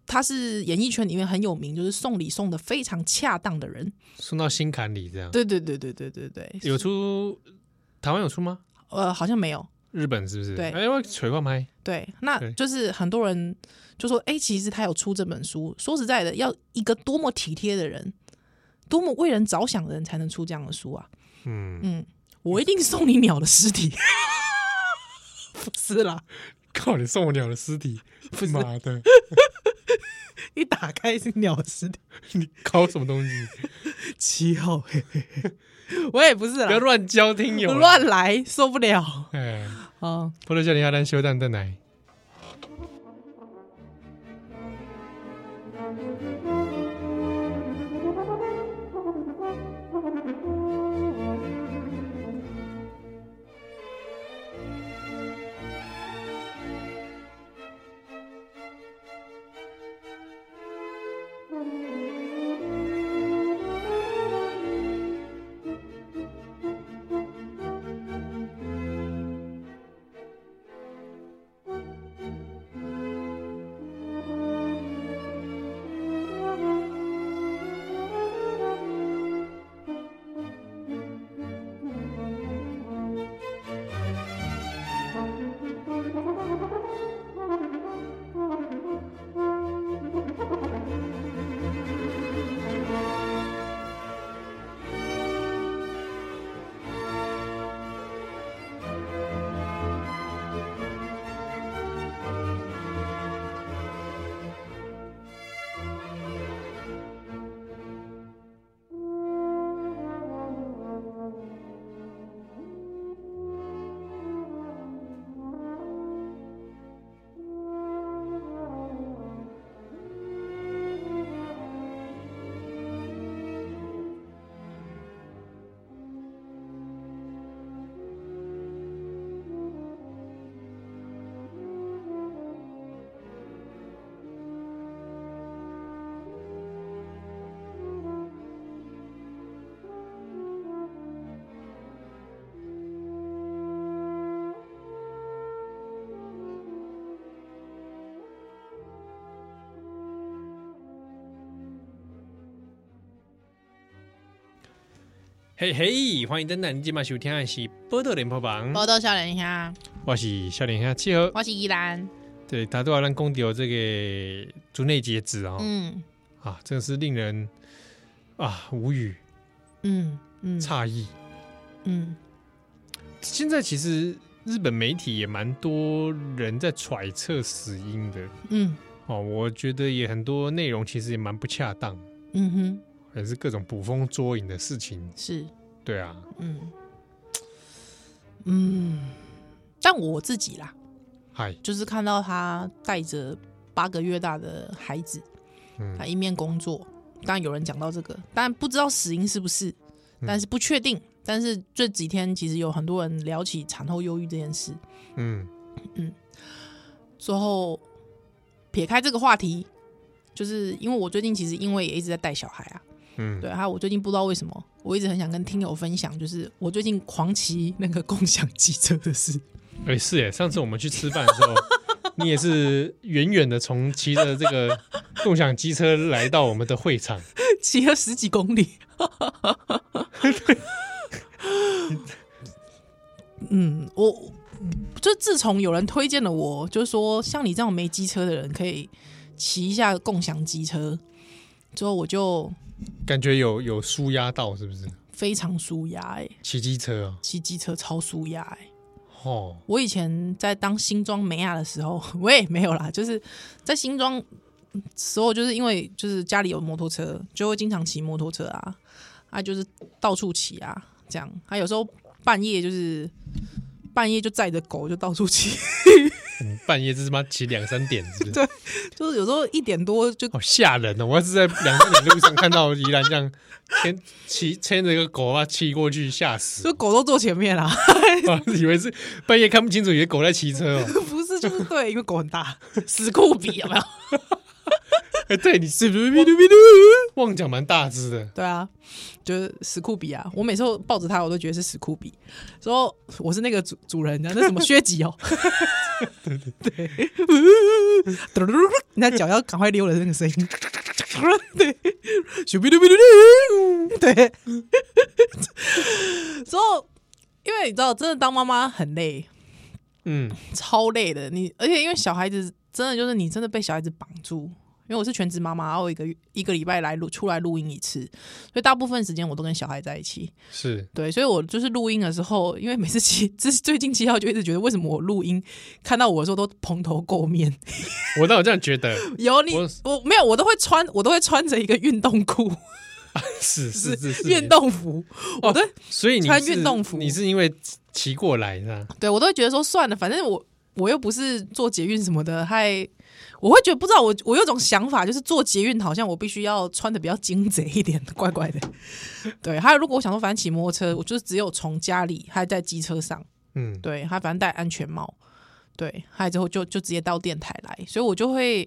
他是演艺圈里面很有名，就是送礼送的非常恰当的人。送到心坎里这样。对对对对对对对，嗯有出台湾有出吗？呃，好像没有。日本是不是？对哎，我锤矿拍，对，那对就是很多人就说，哎、其实他有出这本书。说实在的，要一个多么体贴的人，多么为人着想的人，才能出这样的书啊！嗯，嗯，我一定送你鸟的尸体。 不是啦，靠，你送我鸟的尸体，妈的，一打开是鸟的尸体，你搞什么东西？七号，嘿嘿嘿，我也不是 不要啦，乱教听友，。啊 乱来，受不了。哎，嗯，波多叫你下单修蛋蛋奶。嘿嘿，欢迎登蛋，你今晚收听的是波多连播榜，报道笑脸虾，我是笑脸下七和。我是依兰。对，他都要让公掉这个竹内结子啊、嗯啊，真的是令人啊无语嗯嗯诧异。嗯现在其实日本媒体也蛮多人在揣测死因的嗯哦，我觉得也很多内容其实也蛮不恰当，嗯哼，也是各种捕风捉影的事情。是。对啊，嗯，嗯，但我自己啦，嗨，就是看到他带着八个月大的孩子，嗯他一面工作。当然有人讲到这个，但不知道死因是不是，嗯但是不确定。但是这几天其实有很多人聊起产后忧郁这件事，嗯之后撇开这个话题，就是因为我最近其实因为也一直在带小孩啊，嗯，对，还有我最近不知道为什么，我一直很想跟听友分享，就是我最近狂骑那个共享机车的事。哎、是哎，上次我们去吃饭的时候，你也是远远的从骑着这个共享机车来到我们的会场，骑了十几公里。 嗯，我就自从有人推荐了我，就是说像你这样没机车的人可以骑一下共享机车，之后我就感觉有有舒压到，是不是？非常舒压哎、骑机车啊，骑机车超舒压哎、哦，我以前在当新装美亚的时候， 我也没有啦，就是在新装时候，就是因为就是家里有摩托车，就会经常骑摩托车啊，啊，就是到处骑啊，这样。还、有时候半夜就是半夜就载着狗就到处骑， 嗯半夜这他妈骑两三点，是不是？就是有时候一点多就好吓人哦！我要是在两三点路上看到宜兰这样牵骑牵着个狗啊骑过去，吓死就！狗都坐前面啦、啊以为是半夜看不清楚，以为狗在骑车哦。 不是就是对，因为狗很大， 死酷比有没 有？哎，对，你是不是哔噜哔噜？旺角蛮大只的，对啊，就是史酷比啊！我每次啊抱着它，我都觉得是史酷比。之后我是那个主主人，那什么薛吉哦，对，那脚要赶快溜了那个声音，对，咻哔噜哔噜噜，对。 之后，因为你知道，真的当妈妈很累，嗯，超累的。你而且因为小孩子真的就是你真的被小孩子绑住。因为我是全职妈妈，然后我一个月一个礼拜来录出来录音一次，所以大部分时间我都跟小孩在一起。是对，所以我就是录音的时候，因为每次七， 这最近七号就一直觉得，为什么我录音看到我的时候都蓬头垢面？我倒有这样觉得，有你，我我没有，我都会穿，我都会穿着一个运动裤、是是是哦是运，动服，我都、所以你穿是运动服你是因为骑过来是吧？对我都会觉得说算了，反正我我又不是做捷运什么的，还我会觉得不知道我我有种想法，就是做捷运好像我必须要穿的比较精贼一点， 怪怪的。对，还有如果我想说反正骑摩托车，我就是只有从家里还在机车上。嗯，对他反正戴安全帽，对，还之后就就直接到电台来，所以我就会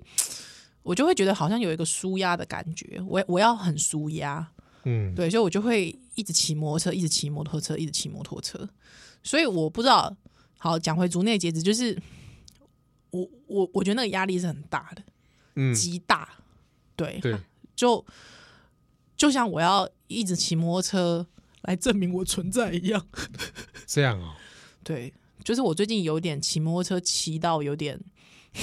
我就会觉得好像有一个舒压的感觉，我我要很舒压，嗯，对，所以我就会一直骑摩托车，一直骑摩托车，一直骑摩托车，所以我不知道，好讲回竹内结子，就是我我我觉得那个压力是很大的，嗯，极大，对， 对，就就像我要一直骑摩托车来证明我存在一样。这样哦，对，就是我最近有点骑摩托车骑到有点，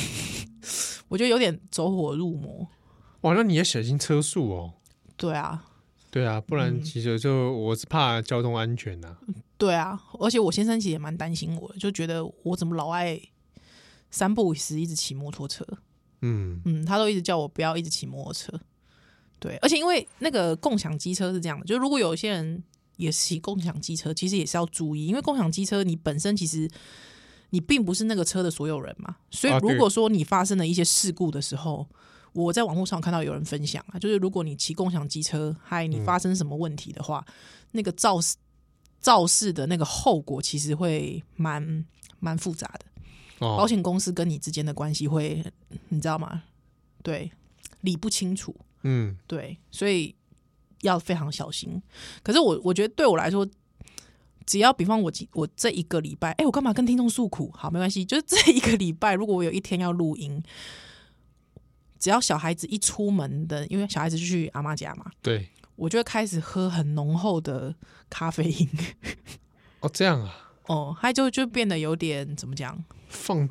我觉得有点走火入魔。哇，那你也小心车速哦。对啊，对啊，不然其实就我是怕交通安全呐、对啊，而且我先生其实也蛮担心我的，就觉得我怎么老爱三不五时一直骑摩托车。嗯，嗯，他都一直叫我不要一直骑摩托车。对，而且因为那个共享机车是这样的，就如果有一些人也是骑共享机车，其实也是要注意，因为共享机车你本身其实你并不是那个车的所有人嘛，所以啊对如果说你发生了一些事故的时候，我在网络上有看到有人分享啊，就是如果你骑共享机车，嗯嗨，你发生什么问题的话，那个肇事肇事的那个后果其实会蛮蛮复杂的。保哦，险公司跟你之间的关系会，你知道吗？对，理不清楚，嗯，对，所以要非常小心。可是我我觉得对我来说，只要比方我今我这一个礼拜，哎、我干嘛跟听众诉苦？好，没关系，就是这一个礼拜，如果我有一天要录音，只要小孩子一出门的，因为小孩子就去阿妈家嘛，对，我就会开始喝很浓厚的咖啡因， 哦，这样啊，哦，他就就变得有点怎么讲，放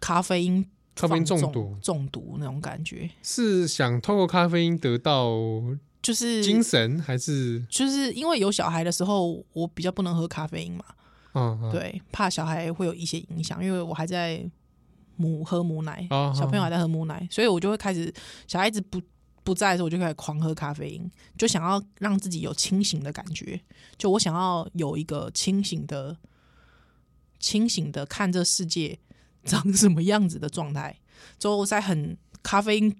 咖啡因咖啡因放中毒中毒那种感觉，是想透过咖啡因得到就是精神，还是就是因为有小孩的时候，我比较不能喝咖啡因嘛，嗯嗯，对，怕小孩会有一些影响，因为我还在母喝母奶，哦小朋友还在喝母奶，所以我就会开始小孩子不不在的时候，我就开始狂喝咖啡因，就想要让自己有清醒的感觉，就我想要有一个清醒的、清醒的看这世界 长什么样子的状态，之后在很咖啡因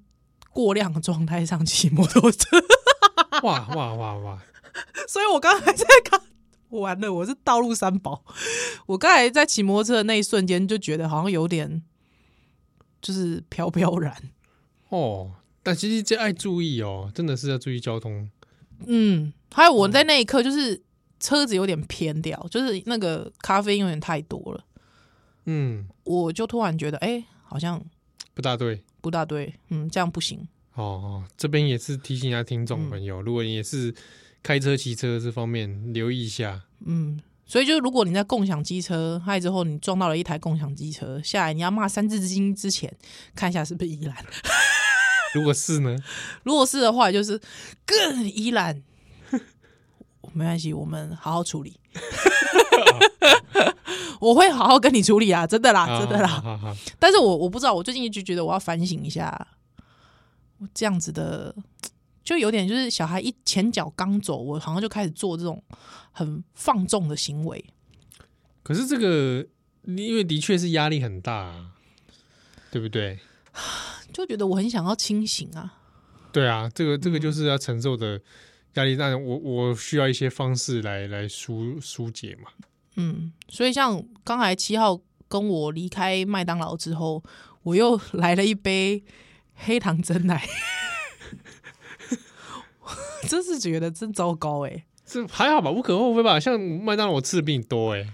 过量的状态上骑摩托车。 哇哇哇哇，所以我刚才在看，完了，我是道路三宝。我刚才在骑摩托车的那一瞬间，就觉得好像有点就是飘飘然。哦，但其实这爱注意哦，真的是要注意交通，嗯，还有我在那一刻就是车子有点偏掉，就是那个咖啡因有点太多了，嗯，我就突然觉得，哎、好像不大对。不大对，嗯，这样不行。哦哦，这边也是提醒一下听众朋嗯友，如果你也是开车、骑车这方面留意一下，嗯，所以就是如果你在共享机车，嗨之后你撞到了一台共享机车，下来你要骂三字经之前，看一下是不是依兰。 如果是呢，如果是的话，就是更依然。没关系，我们好好处 理。我会好好跟你处理 啊，真的啦，真的好啦。好好，好但是我我不知道，我最近就觉得我要反省一下，我这样子的，就有点就是小孩一前脚刚走，我好像就开始做这种很放纵的行为。可是这个，因为的确是压力很大、啊，对不对？就觉得我很想要清醒啊。对啊，这个嗯这个就是要承受的压力。那我我需要一些方式来来疏疏解嘛。嗯，所以像刚才七号跟我离开麦当劳之后，我又来了一杯黑糖真奶， 真是觉得真糟糕哎、这还好吧，无可厚非吧。像麦当劳我吃的比你多哎、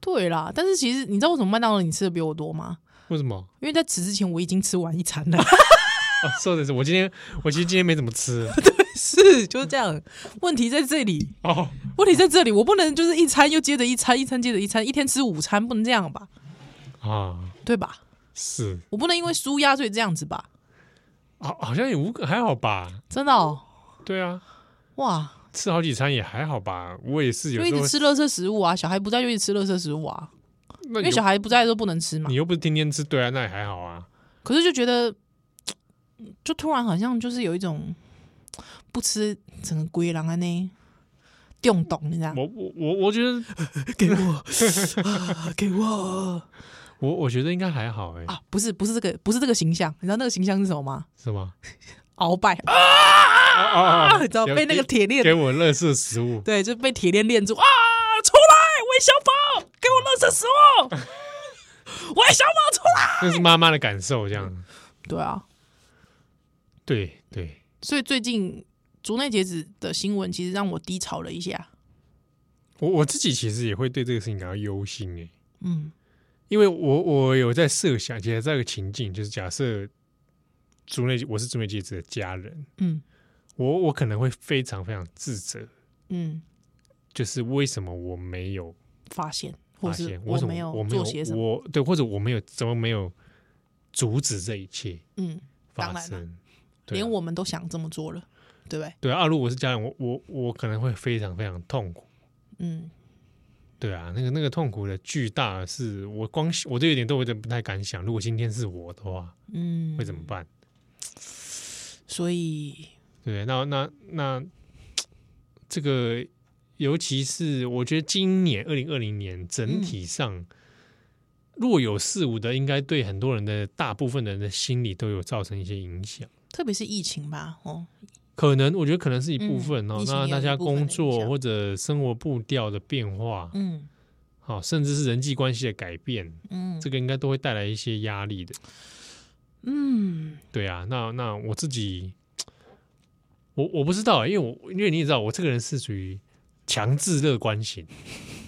对啦，但是其实你知道为什么麦当劳你吃的比我多吗？为什么？因为在此之前我已经吃完一餐了，啊，说的是我今天，我其实今天没怎么 吃是就是这样。问题在这里，哦。问题在这里，我不能就是一餐又接着一餐，一餐接着一餐，一天吃午餐，不能这样吧？啊，对吧？是，我不能因为舒压所以这样子吧？好，好像也无还好吧？真的哦，对啊，哇，吃好几餐也还好吧？我也是有就一时候直，吃垃圾食物啊，小孩不在就一直吃垃圾食物啊，那因你为小又孩不在都不能吃嘛你。又不是天天吃，对啊，那也还好啊。可是就觉得，就突然好像就是有一种不吃整个龟狼啊呢，动懂你知道吗？我我我我觉得给我，啊 给我 我我觉得应该还好哎、欸，啊！不是不是这个不是这个形象，你知道那个形象是什么吗？是吗？鳌拜啊，哦哦你知道被那个铁链给我乐色食 物，对，就被铁链链住啊！出来，韦小宝，给我乐色食物！ 韦小宝出来！那是妈妈的感受，这样。对啊，对对，所以最近竹内结子的新闻其实让我低潮了一下。我我自己其实也会对这个事情感到忧心哎、欸，嗯因为我我有在设想，其实这个情境就是假设竹内我是竹内结子的家人，嗯我我可能会非常非常自责，嗯，就是为什么我没有发现，发或是现，为什么没我有没做些什有么。我对，或者我没有怎么没有阻止这一切嗯，当发然了生？对啊连我们都想这么做了，对不对？对啊，如果我是家人，我我我可能会非常非常痛苦。嗯，对啊，那个那个痛苦的巨大是，我光我都有点都有点不太敢想。如果今天是我的话，嗯，会怎么？办？所以，对，那那那这个，尤其是我觉得今年二零二零年嗯整体上、若有似无的，应该对很多人的大部分人的心理都有造成一些影响。特别是疫情吧，哦，可能我觉得可能是一部分哦，嗯疫情那也大有家一部分的工影作响或者生活步调的变化，嗯好、甚至是人际关系的改变，嗯这个应该都会带来一些压力的。嗯，对啊，那那我自己，我我不知道欸，因为我因为你也知道，我这个人是属于强制乐观 型，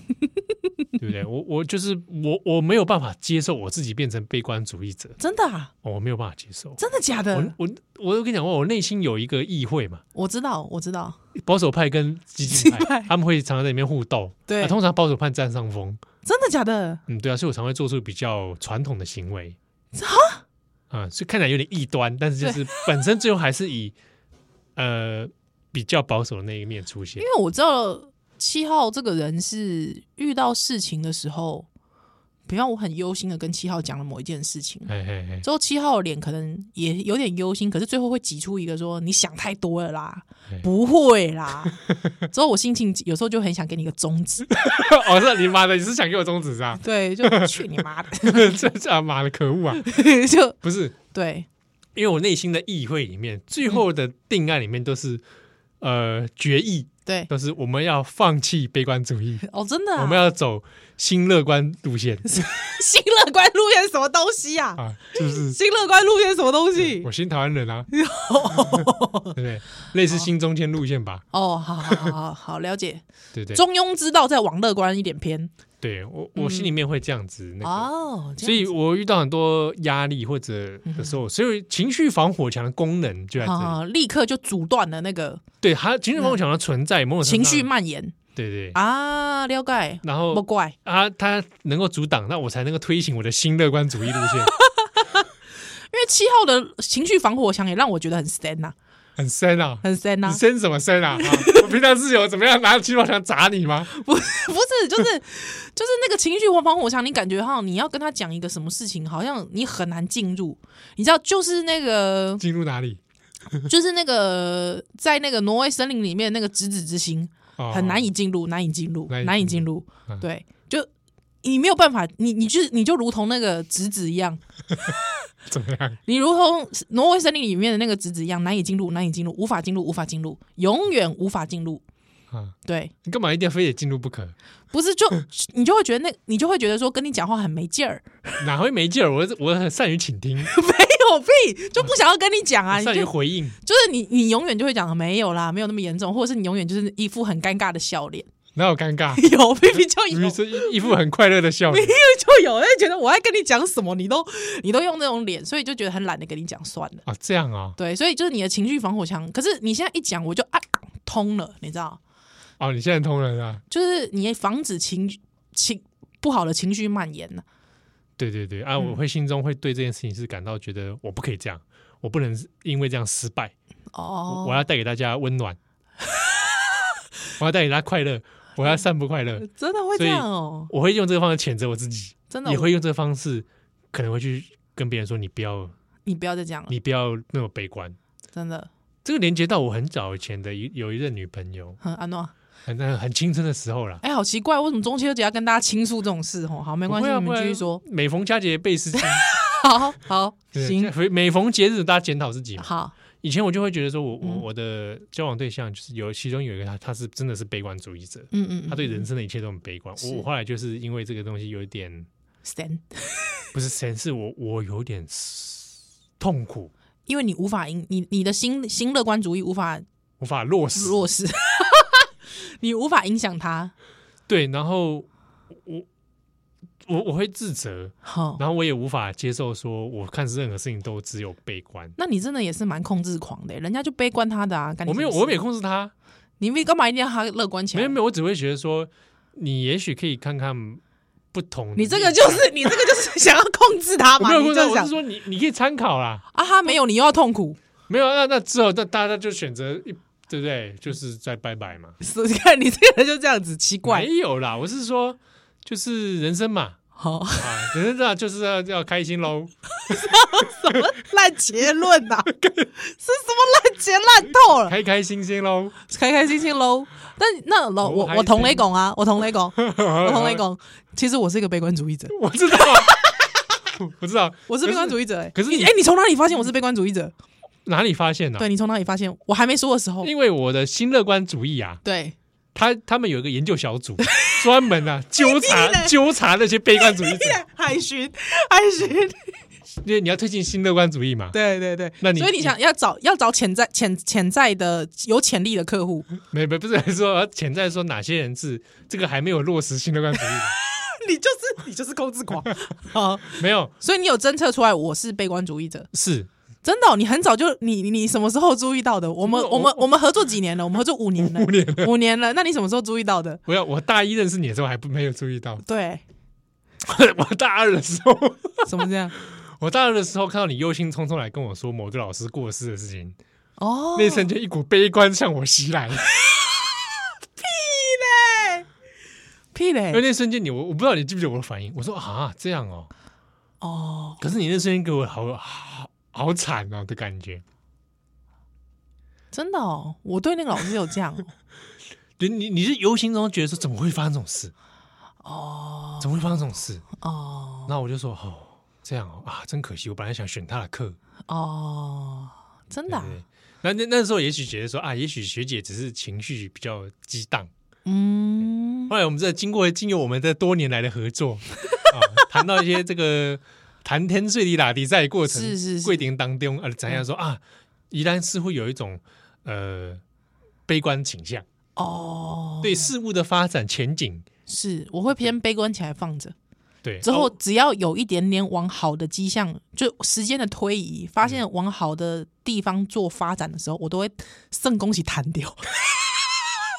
对不对？我我就是我我没有办法接受我自己变成悲观主义者，真的啊，哦我没有办法接受。真的假我的？我我跟你讲过，我内心有一个议会嘛，我知道，我知道，保守派跟激进激进派派，他们会常常在里面互斗。对啊通常保守派占上风。真的假的？嗯，对啊，所以我常会做出比较传统的行为。啊，啊，所以看起来有点异端，但是就是 本身最后还是以呃比较保守的那一面出现因。为我知道七号这个人是遇到事情的时候，比方我很忧心的跟七号讲了某一件事情，嘿嘿嘿， 之后七号的脸可能也有点忧心，可是最后会挤出一个说：“你想太多了啦哎，不会啦。”之后我心情有时候就很想给你一个中指，？哦，是啊你妈的，你是想给我中指是吧 对，就去你妈的， 这这啊妈的可恶啊！就不是，对，因为我内心的议会里面，最后的定案里面都是呃决议，对，都是我们要放弃悲观主义，哦，真的、啊，我们要走新乐观路线新乐观路线什么东西啊？啊，就是新乐观路线什么东西我？新台湾人 啊，对不对？类似新中间路线吧，哦，好好好好好，了解。对不对？中庸之道再往乐观一点偏。对我我心里面会这样子那个，哦，这所以样子我遇到很多压力或者的嗯时候，所以情绪防火墙的功能就在好这里。好立刻就阻断了那个对，它情绪防火墙的存在，某种程情度上绪，蔓延对对。啊，了解，然不后怪。啊，它能够阻挡，那我才能够推行我的新乐观主义路 线，因为七号的情绪防火墙也让我觉得很深呐、很深啊。很深呐、你深什么深啊？啊我平常是有怎么样拿气泡枪砸你吗？不是 不是，就是 就是那个情绪防火墙，你感觉哈，你要跟他讲一个什么事情，好像你很难进入。你知道，就是 那个进入哪里？就是那个在那个挪威森林里面那个执子之心，哦很难以进入，难以进入，难以难以进入嗯。对，就你没有办法，你你就是你就如同那个侄子一样，怎么样？你如同挪威森林里面的那个侄子一样，难以进入，难以进入，无法进入，无法进入，永远无法进入。啊，对，你干嘛一定要非得进入不可？不是就你就会觉得那，你就会觉得说跟你讲话很没劲儿，哎哪会没劲儿？我我很善于倾听，有屁就不想要跟你讲 啊，你就善于回应。就是你你永远就会讲没有啦，没有那么严重，或者是你永远就是一副很尴尬的笑脸，哪有尴尬？有明明就明 有，明明是一一副很快乐的哎笑脸，就有，但是觉得我在跟你讲什么，你都你都用那种脸，所以就觉得很懒得跟你讲算了。啊，这样啊，对，所以就是你的情绪防火墙。可是你现在一讲，我就啊通了，你知道，哦，你现在通人啊，就是你防止情情不好的情绪蔓延呢、对对对啊，嗯我会心中会对这件事情是感到觉得我不可以这样，我不能因为这样失败，我我哦，要带给大家温暖， 我要带给大家快乐，我要散布快乐，真的会所这以样哦，我会用这个方式谴责我自己，真的也，会用这个方式，可能会去跟别人说你不要，你不要再这样了，你不要那么悲观。真的这个连接到我很早以前的一有一任女朋友，很安诺。很很青春的时候啦。哎、好奇怪，为什么中秋节要跟大家倾诉这种事？哦，好，没没关系，你们继 续说。每逢佳节倍思亲，好好对行，每每逢节日大家检讨自己嘛。好以前我就会觉得说我，我啊嗯我的交往对象就是有其中有一个他，他是真的是悲观主义者，嗯嗯嗯，他对人生的一切都很悲观。我是我后来就是因为这个东西有一点 stand，不是神，是我我有点痛苦，因为你无法赢，你你的新新乐观主义无法无法落实。弱势， 你无法影响他。对，然后我我我会自责，好，然后我也无法接受说，我看任何事情都只有悲观。那你真的也是蛮控制狂的，人家就悲观他的啊，干你我没有，什么我事没有，控制他，你为干嘛一定要他乐观起来？没有没有，我只会觉得说，你也许可以看看不同的。你这个 就是你这个就是想要控制他我嘛？没有你控就制他，我想是说你你可以参考啦。啊，他没有，你又要痛苦，没有，啊那那之后那大家就选择一，对不对？就是再拜拜嘛。所以 你看你这个人就这样子奇怪。没有啦，我是说，就是人生 嘛，好，啊，人生啊就是要要开心 喽。烂结论 呐、是什么烂结烂透了？开开心心 喽。开开心心喽。但那老我我还我同是雷拱啊，我同雷 拱，我我同雷，拱。其实我是一个悲观主义者，我知 道啊，我知道，我是悲观主义者、欸。可是你嗯你哎、你从哪里发现我是悲观主义者？哪里发现的、啊对你从哪里发现？我还没说的时候，因为我的新乐观主义啊， 对，他他们有一个研究小组， 专门啊纠察嘞纠察那些悲观主义者， 海巡，海巡，因为你要推进新乐观主义嘛。对对对。那你所以你想要找要找潜在潜潜在的有潜力的客户，没没不是说呃潜在说哪些人是这个还没有落实新乐观主义你就是你就是控制 狂啊！的， 没有所以你有侦测出来我是悲观主义者，是真的哦、你很早就你你你什么时候注意到的？我们我我们我们合作几年了？我们合作五年了，五年五年了。那你什么时候注意到的？我要我大一认识你的时候还不没有注意到， 对，我大二的时候， 怎么这样？我大二的时候看到你忧心忡忡来跟我说某个老师过世的事情， 哦，那一瞬间一股悲观向我袭来，哎屁因为嘞！那瞬间你我我不知道你记不记得我的反应，我说啊这样哦，哦，可是你那瞬间给我好好好惨哦的感觉，真的哦，我对那个老师有这样哦就你你是忧心中觉得说怎么会发生这种事，哦怎么会发生这种事？哦那我就说哦这样哦啊真可惜，我本来想选他的课，哦，真的啊、对那那那时候也许觉得说啊，也许学姐只是情绪比较激荡。嗯，后来我们这经过经由我们这多年来的合作，啊，谈到一些这个谈天睡地打地在过程，是是是桂林当中，呃，怎样说啊，依然似乎有一种呃悲观倾向，哦，对事物的发展前景，是，我会偏悲观起来放着，对之后哦只要有一点点往好的迹象，就时间的推移，发嗯现往好的地方做发展的时候，我都会肾恭喜弹掉。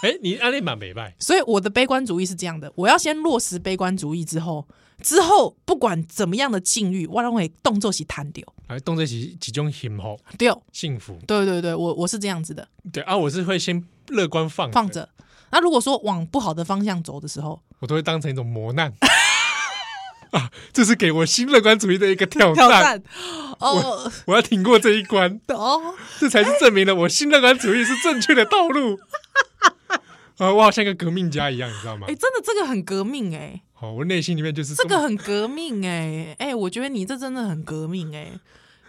哎、你安利蛮美拜，所以我的悲观主义是这样的：我要先落实悲观主义之后，之后不管怎么样的境遇，我让我动作起弹掉。啊，动这几几种幸福对，哦幸福，对对对，我我是这样子的，对啊，我是会先乐观放放，着。那如果说往不好的方向走的时候，我都会当成一种磨难 啊，这是给我新乐观主义的一个挑挑战，战哦我要挺过这一关。哦，这才是证明了我新乐观主义是正确的道 路。啊，我好像一个革命家一样，你知道吗哎、？真的这个很革命哎、好，我内心里面就是这个很革命哎、哎、我觉得你这真的很革命哎、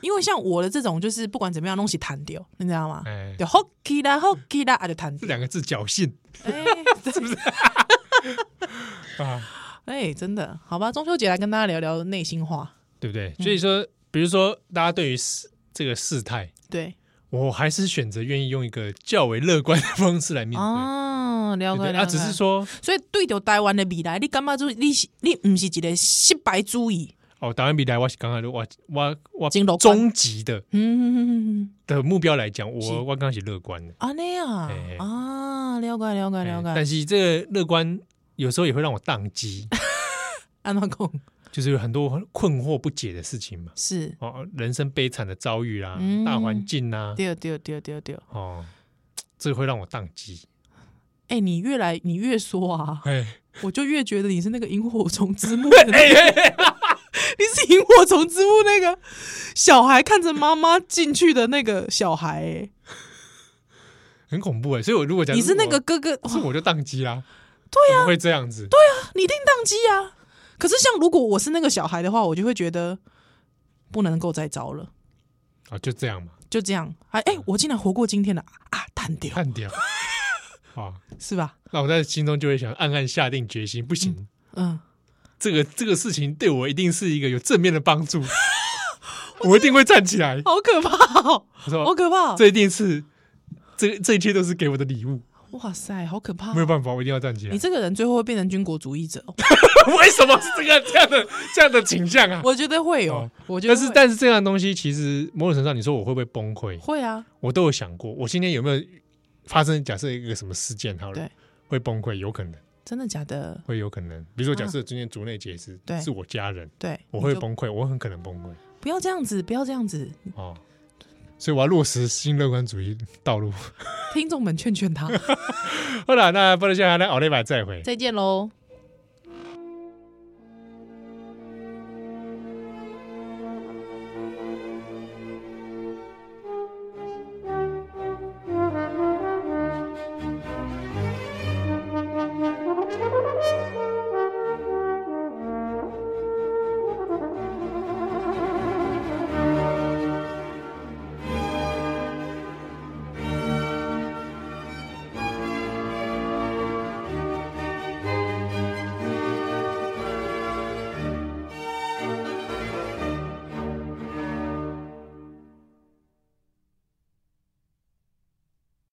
因为像我的这种，就是不管怎么样东西弹掉，你知道吗？哎，就 hockey 啦，hockey 啦，啊就弹这掉， 两个字侥幸哎啊，哎，真的，好吧，中秋节来跟大家聊聊内心话，对不对？嗯所以说，比如说大家对于事这个事态，对我还是选择愿意用一个较为乐观的方式来面对。啊，嗯，了对不解对了啊，解。只是说所以对着台湾的未来，你感觉就是你是你不是一个失败主义？哦，台湾比来，我是刚刚我我我真乐观终极的嗯，的目标来讲，是我我刚刚是乐观的，安尼啊哎啊，了解了解哎了但解。是这个乐观有时候也会让我宕机，安怎讲就是有很多困惑不解的事情嘛。是？哦，人生悲惨的遭遇啦，嗯大环境啦、对对对对对。哦，这会让我宕机。哎、你越来你越说啊， 哎，我就越觉得你是那个萤火虫之墓的那个，哎你是萤火虫之墓那个小孩看着妈妈进去的那个小孩、欸，很恐怖哎、所以我如果讲你是那个哥哥，是哇啊我就宕机啦。对呀、会这样子。对，你一定宕机啊！可是像如果我是那个小孩的话，我就会觉得不能够再招了，哦，就这样嘛，就这样。哎、哎、我竟然活过今天了啊！淡掉看掉。 啊，是吧？那我在心中就会想，暗暗下定决心，不行，嗯，这个这个事情对我一定是一个有正面的帮助， 我一定会站起来。好可怕、哦，我说好可怕、哦！这一定是这这一切都是给我的礼物，哇塞，好可怕、哦没有办法，我一定要站起来啊你。这个人最后会变成军国主义者哦， 为什么是这个这样的这样的倾向啊？我觉得会 有哦，我觉得但是会但是这样的东西，其实某种程度上，你说我会不会崩溃？会啊，我都有想过，我今天有没有发生假设一个什么事件好了对，会崩溃，有可能真的假的？会有可能。比如说啊假设今天族内节是对是我家人，对，我会你就崩溃，我很可能崩溃不要这样子，不要这样子，哦。所以我要落实新乐观主义道路。听众们劝劝他，好了，那不能下来，那奥利百再会。再见喽。